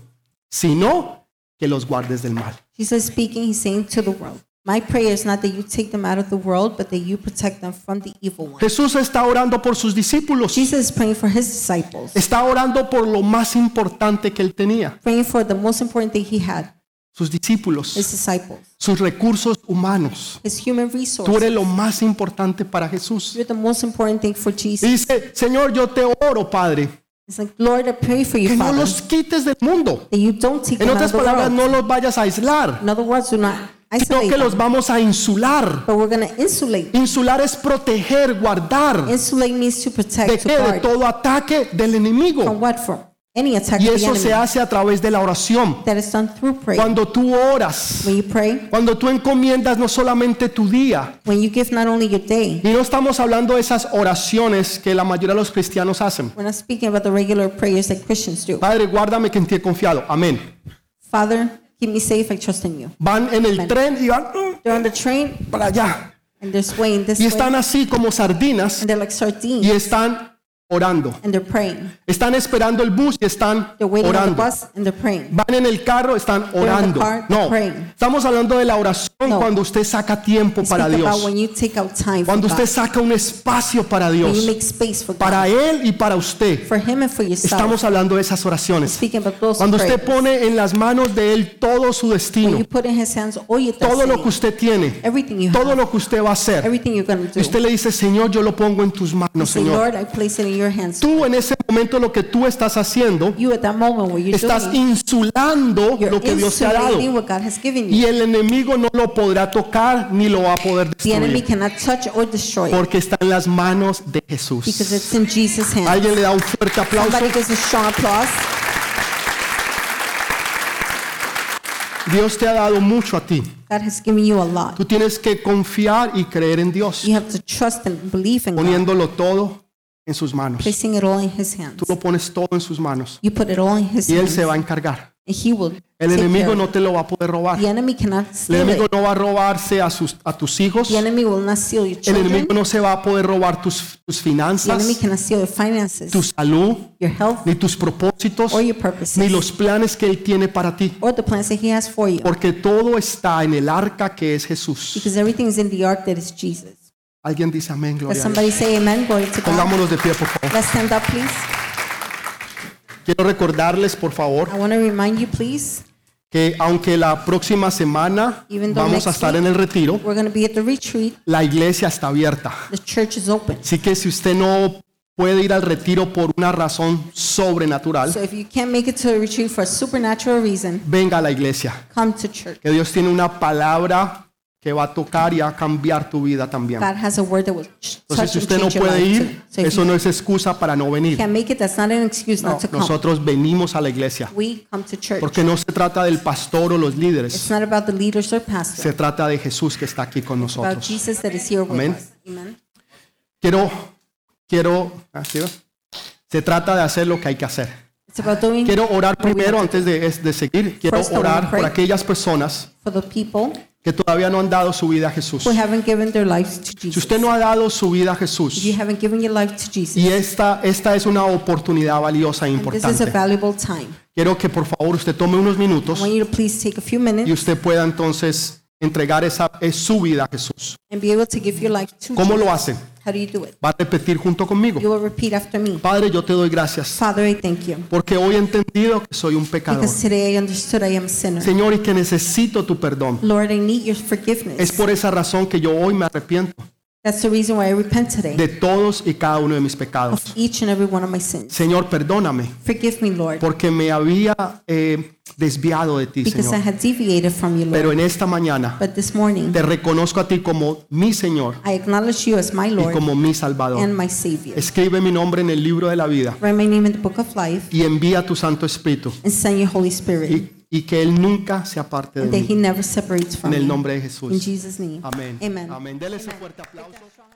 Speaker 1: sino que los guardes del mal.
Speaker 2: Jesus speaking, he's saying to the world, My prayer is not that you take them out of the world, but that you protect them from the evil one.
Speaker 1: Jesús está orando por sus discípulos,
Speaker 2: Jesus is praying for his disciples,
Speaker 1: está orando por lo más importante que él tenía,
Speaker 2: praying for the most important thing he had,
Speaker 1: sus
Speaker 2: his
Speaker 1: discípulos,
Speaker 2: disciples,
Speaker 1: sus recursos humanos.
Speaker 2: his human
Speaker 1: Tú
Speaker 2: resources.
Speaker 1: eres lo más importante para Jesús.
Speaker 2: You're the most important thing for Jesus.
Speaker 1: Dice, Señor, yo te oro, Padre,
Speaker 2: It's like, Lord, I pray for
Speaker 1: que
Speaker 2: you,
Speaker 1: no
Speaker 2: Father,
Speaker 1: los quites del mundo.
Speaker 2: that you don't take
Speaker 1: En
Speaker 2: them out of
Speaker 1: otras
Speaker 2: the
Speaker 1: palabras,
Speaker 2: world.
Speaker 1: no los vayas a aislar.
Speaker 2: In other words, do not
Speaker 1: sino
Speaker 2: isolate
Speaker 1: que los
Speaker 2: them,
Speaker 1: vamos a insular.
Speaker 2: but we're going to insulate
Speaker 1: Insular es proteger, guardar
Speaker 2: Insulate means to
Speaker 1: de
Speaker 2: protect, to
Speaker 1: qué? De
Speaker 2: guard.
Speaker 1: todo ataque del
Speaker 2: From
Speaker 1: enemigo.
Speaker 2: what? From any attack
Speaker 1: Y
Speaker 2: of the
Speaker 1: eso se
Speaker 2: enemy.
Speaker 1: hace a través de la oración.
Speaker 2: That is done through prayer.
Speaker 1: Cuando tú oras,
Speaker 2: When you pray,
Speaker 1: cuando tú encomiendas no solamente tu día,
Speaker 2: when you give not only your day,
Speaker 1: y no estamos hablando de esas oraciones que la mayoría de los cristianos hacen.
Speaker 2: we're not speaking about the regular prayers that Christians do.
Speaker 1: Padre, guárdame que en ti he confiado. Amén.
Speaker 2: Father, keep me safe, I trust in you.
Speaker 1: Van en el tren y van mm,
Speaker 2: They're on the train
Speaker 1: para allá.
Speaker 2: and they're swaying this
Speaker 1: Y
Speaker 2: way
Speaker 1: están así como sardinas
Speaker 2: and they're like
Speaker 1: y
Speaker 2: sardines
Speaker 1: están orando.
Speaker 2: and they're praying.
Speaker 1: Están esperando el bus y están
Speaker 2: They're waiting on the
Speaker 1: orando.
Speaker 2: bus and they're praying.
Speaker 1: Van en el carro, están
Speaker 2: in the
Speaker 1: orando.
Speaker 2: car,
Speaker 1: No,
Speaker 2: praying.
Speaker 1: estamos hablando de la oración
Speaker 2: No.
Speaker 1: cuando usted saca tiempo
Speaker 2: We speak
Speaker 1: para
Speaker 2: about
Speaker 1: Dios.
Speaker 2: when you take out time for
Speaker 1: Cuando usted
Speaker 2: God,
Speaker 1: saca un espacio para
Speaker 2: when you
Speaker 1: Dios,
Speaker 2: make space for God,
Speaker 1: para Él y para usted.
Speaker 2: for Him and for yourself.
Speaker 1: Estamos hablando de esas oraciones.
Speaker 2: Speaking about those
Speaker 1: Cuando usted
Speaker 2: prayers.
Speaker 1: pone en las manos de Él todo su
Speaker 2: When
Speaker 1: destino,
Speaker 2: you put in His hands all your
Speaker 1: todo lo que
Speaker 2: destiny,
Speaker 1: usted tiene,
Speaker 2: everything you have,
Speaker 1: todo lo que usted va a hacer,
Speaker 2: everything you're going to do.
Speaker 1: usted le dice, Señor, yo lo pongo en tus manos,
Speaker 2: Say,
Speaker 1: Señor.
Speaker 2: Lord, I place it in your hands.
Speaker 1: Tú en ese momento lo que tú estás haciendo,
Speaker 2: You at that moment where you're
Speaker 1: estás
Speaker 2: doing,
Speaker 1: insulando
Speaker 2: you're
Speaker 1: lo que Dios te ha dado.
Speaker 2: insulating what God has given
Speaker 1: y
Speaker 2: you.
Speaker 1: el enemigo no lo podrá tocar ni lo va a poder
Speaker 2: The enemy
Speaker 1: destruir
Speaker 2: cannot touch or destroy it
Speaker 1: porque está en las manos de
Speaker 2: because
Speaker 1: Jesús.
Speaker 2: it's in Jesus' hands.
Speaker 1: Alguien le da un fuerte aplauso.
Speaker 2: Somebody gives a strong applause.
Speaker 1: Dios te ha dado mucho a ti.
Speaker 2: God has given you a lot.
Speaker 1: Tú tienes que confiar y creer en Dios,
Speaker 2: You have to trust and believe in God,
Speaker 1: poniéndolo todo en sus manos.
Speaker 2: placing it all in His hands.
Speaker 1: Tú lo pones todo en sus manos
Speaker 2: You put it all in His
Speaker 1: y él se
Speaker 2: hands,
Speaker 1: va a encargar.
Speaker 2: and He will.
Speaker 1: El
Speaker 2: take care
Speaker 1: enemigo
Speaker 2: of
Speaker 1: no te lo va a poder
Speaker 2: it.
Speaker 1: robar.
Speaker 2: The enemy cannot
Speaker 1: El
Speaker 2: steal
Speaker 1: enemigo
Speaker 2: it.
Speaker 1: no va a robarse a sus a tus hijos.
Speaker 2: The enemy will not steal your
Speaker 1: El
Speaker 2: children.
Speaker 1: enemigo no se va a poder robar tus tus
Speaker 2: The enemy
Speaker 1: finanzas,
Speaker 2: cannot steal your
Speaker 1: tu
Speaker 2: finances,
Speaker 1: salud,
Speaker 2: your health,
Speaker 1: ni tus propósitos,
Speaker 2: or your
Speaker 1: ni
Speaker 2: purposes,
Speaker 1: los planes que él tiene para ti.
Speaker 2: or the plans that He has for you.
Speaker 1: Porque todo está en el arca que es Jesús.
Speaker 2: Because everything is in the ark that is Jesus.
Speaker 1: Alguien dice amén,
Speaker 2: Let
Speaker 1: gloria a
Speaker 2: pues, somebody
Speaker 1: Dios.
Speaker 2: say amen. Glory to God.
Speaker 1: Pongámonos de pie, por favor.
Speaker 2: Let's stand up, please.
Speaker 1: Quiero recordarles, por favor,
Speaker 2: I want to remind you, please,
Speaker 1: que aunque la próxima semana
Speaker 2: Even though
Speaker 1: vamos a
Speaker 2: next
Speaker 1: estar
Speaker 2: week-
Speaker 1: en el retiro,
Speaker 2: we're going to be at the retreat.
Speaker 1: la iglesia está abierta.
Speaker 2: The church is open.
Speaker 1: Así que si usted no puede ir al retiro por una razón
Speaker 2: So
Speaker 1: sobrenatural,
Speaker 2: if you can't make it to the retreat for a supernatural reason,
Speaker 1: venga a la iglesia.
Speaker 2: come to church.
Speaker 1: Que Dios tiene una palabra que va a tocar y a cambiar tu vida también.
Speaker 2: God has a word that will ch-
Speaker 1: Entonces,
Speaker 2: touch
Speaker 1: si
Speaker 2: and
Speaker 1: usted no
Speaker 2: change your
Speaker 1: puede
Speaker 2: life.
Speaker 1: ir,
Speaker 2: too. So if
Speaker 1: eso
Speaker 2: you
Speaker 1: no es excusa para no venir.
Speaker 2: can't make it, that's not an excuse
Speaker 1: No,
Speaker 2: not to come.
Speaker 1: nosotros venimos a la iglesia.
Speaker 2: We come to church.
Speaker 1: Porque no se trata del pastor o los
Speaker 2: It's
Speaker 1: líderes,
Speaker 2: not about the leaders or pastors.
Speaker 1: se trata de Jesús que está aquí con
Speaker 2: It's about
Speaker 1: nosotros.
Speaker 2: Jesus that is here with
Speaker 1: Amén.
Speaker 2: us. Amen.
Speaker 1: Quiero, quiero, ah, ¿sí va? se trata de hacer lo que hay que hacer.
Speaker 2: It's It's about doing
Speaker 1: Quiero orar primero antes de, es- de seguir. Quiero
Speaker 2: First, I wanna
Speaker 1: orar por
Speaker 2: pray.
Speaker 1: aquellas personas
Speaker 2: for the people
Speaker 1: que todavía no han dado su vida a Jesús.
Speaker 2: who haven't given their lives to
Speaker 1: Si
Speaker 2: Jesus.
Speaker 1: usted no ha dado su vida a
Speaker 2: if you
Speaker 1: Jesús,
Speaker 2: haven't given your life to Jesus,
Speaker 1: y esta, esta es una oportunidad valiosa e
Speaker 2: and this is a
Speaker 1: importante,
Speaker 2: valuable time.
Speaker 1: quiero que por favor usted tome unos
Speaker 2: I
Speaker 1: minutos
Speaker 2: want you to please take a few minutes
Speaker 1: y usted pueda entonces entregar esa, es su vida a Jesús.
Speaker 2: and be able to give your life to
Speaker 1: ¿Cómo
Speaker 2: Jesus.
Speaker 1: lo hace?
Speaker 2: How do you do it?
Speaker 1: Va a repetir junto
Speaker 2: You
Speaker 1: conmigo.
Speaker 2: will repeat after me.
Speaker 1: Padre, yo te doy gracias
Speaker 2: Father, I thank you
Speaker 1: porque hoy he entendido que soy un pecador.
Speaker 2: because today I understood I am a sinner.
Speaker 1: Señor, y que necesito tu perdón.
Speaker 2: Lord, I need your
Speaker 1: Es
Speaker 2: forgiveness.
Speaker 1: por esa razón que yo hoy me arrepiento
Speaker 2: That's the reason why I repent today
Speaker 1: de todos y cada uno de mis pecados.
Speaker 2: of each and every one of my sins.
Speaker 1: Señor, perdóname
Speaker 2: Forgive me, Lord,
Speaker 1: porque me había eh, desviado de ti,
Speaker 2: because I
Speaker 1: Señor.
Speaker 2: had deviated from you, Lord.
Speaker 1: Pero en esta mañana
Speaker 2: But this morning,
Speaker 1: te reconozco a ti como mi Señor
Speaker 2: I acknowledge you as my
Speaker 1: y
Speaker 2: Lord
Speaker 1: como mi Salvador.
Speaker 2: and my Savior.
Speaker 1: Escribe mi nombre en el libro de la vida
Speaker 2: Write my name in the book of life
Speaker 1: y envía tu Santo Espíritu
Speaker 2: and send your Holy Spirit,
Speaker 1: y, y que Él nunca se aparte
Speaker 2: and
Speaker 1: de
Speaker 2: that He
Speaker 1: mí.
Speaker 2: never separates
Speaker 1: En
Speaker 2: from
Speaker 1: el
Speaker 2: me.
Speaker 1: nombre de
Speaker 2: In
Speaker 1: Jesús.
Speaker 2: Jesus' name.
Speaker 1: Amén.
Speaker 2: Amen.
Speaker 1: Amén. Dele ese fuerte aplauso.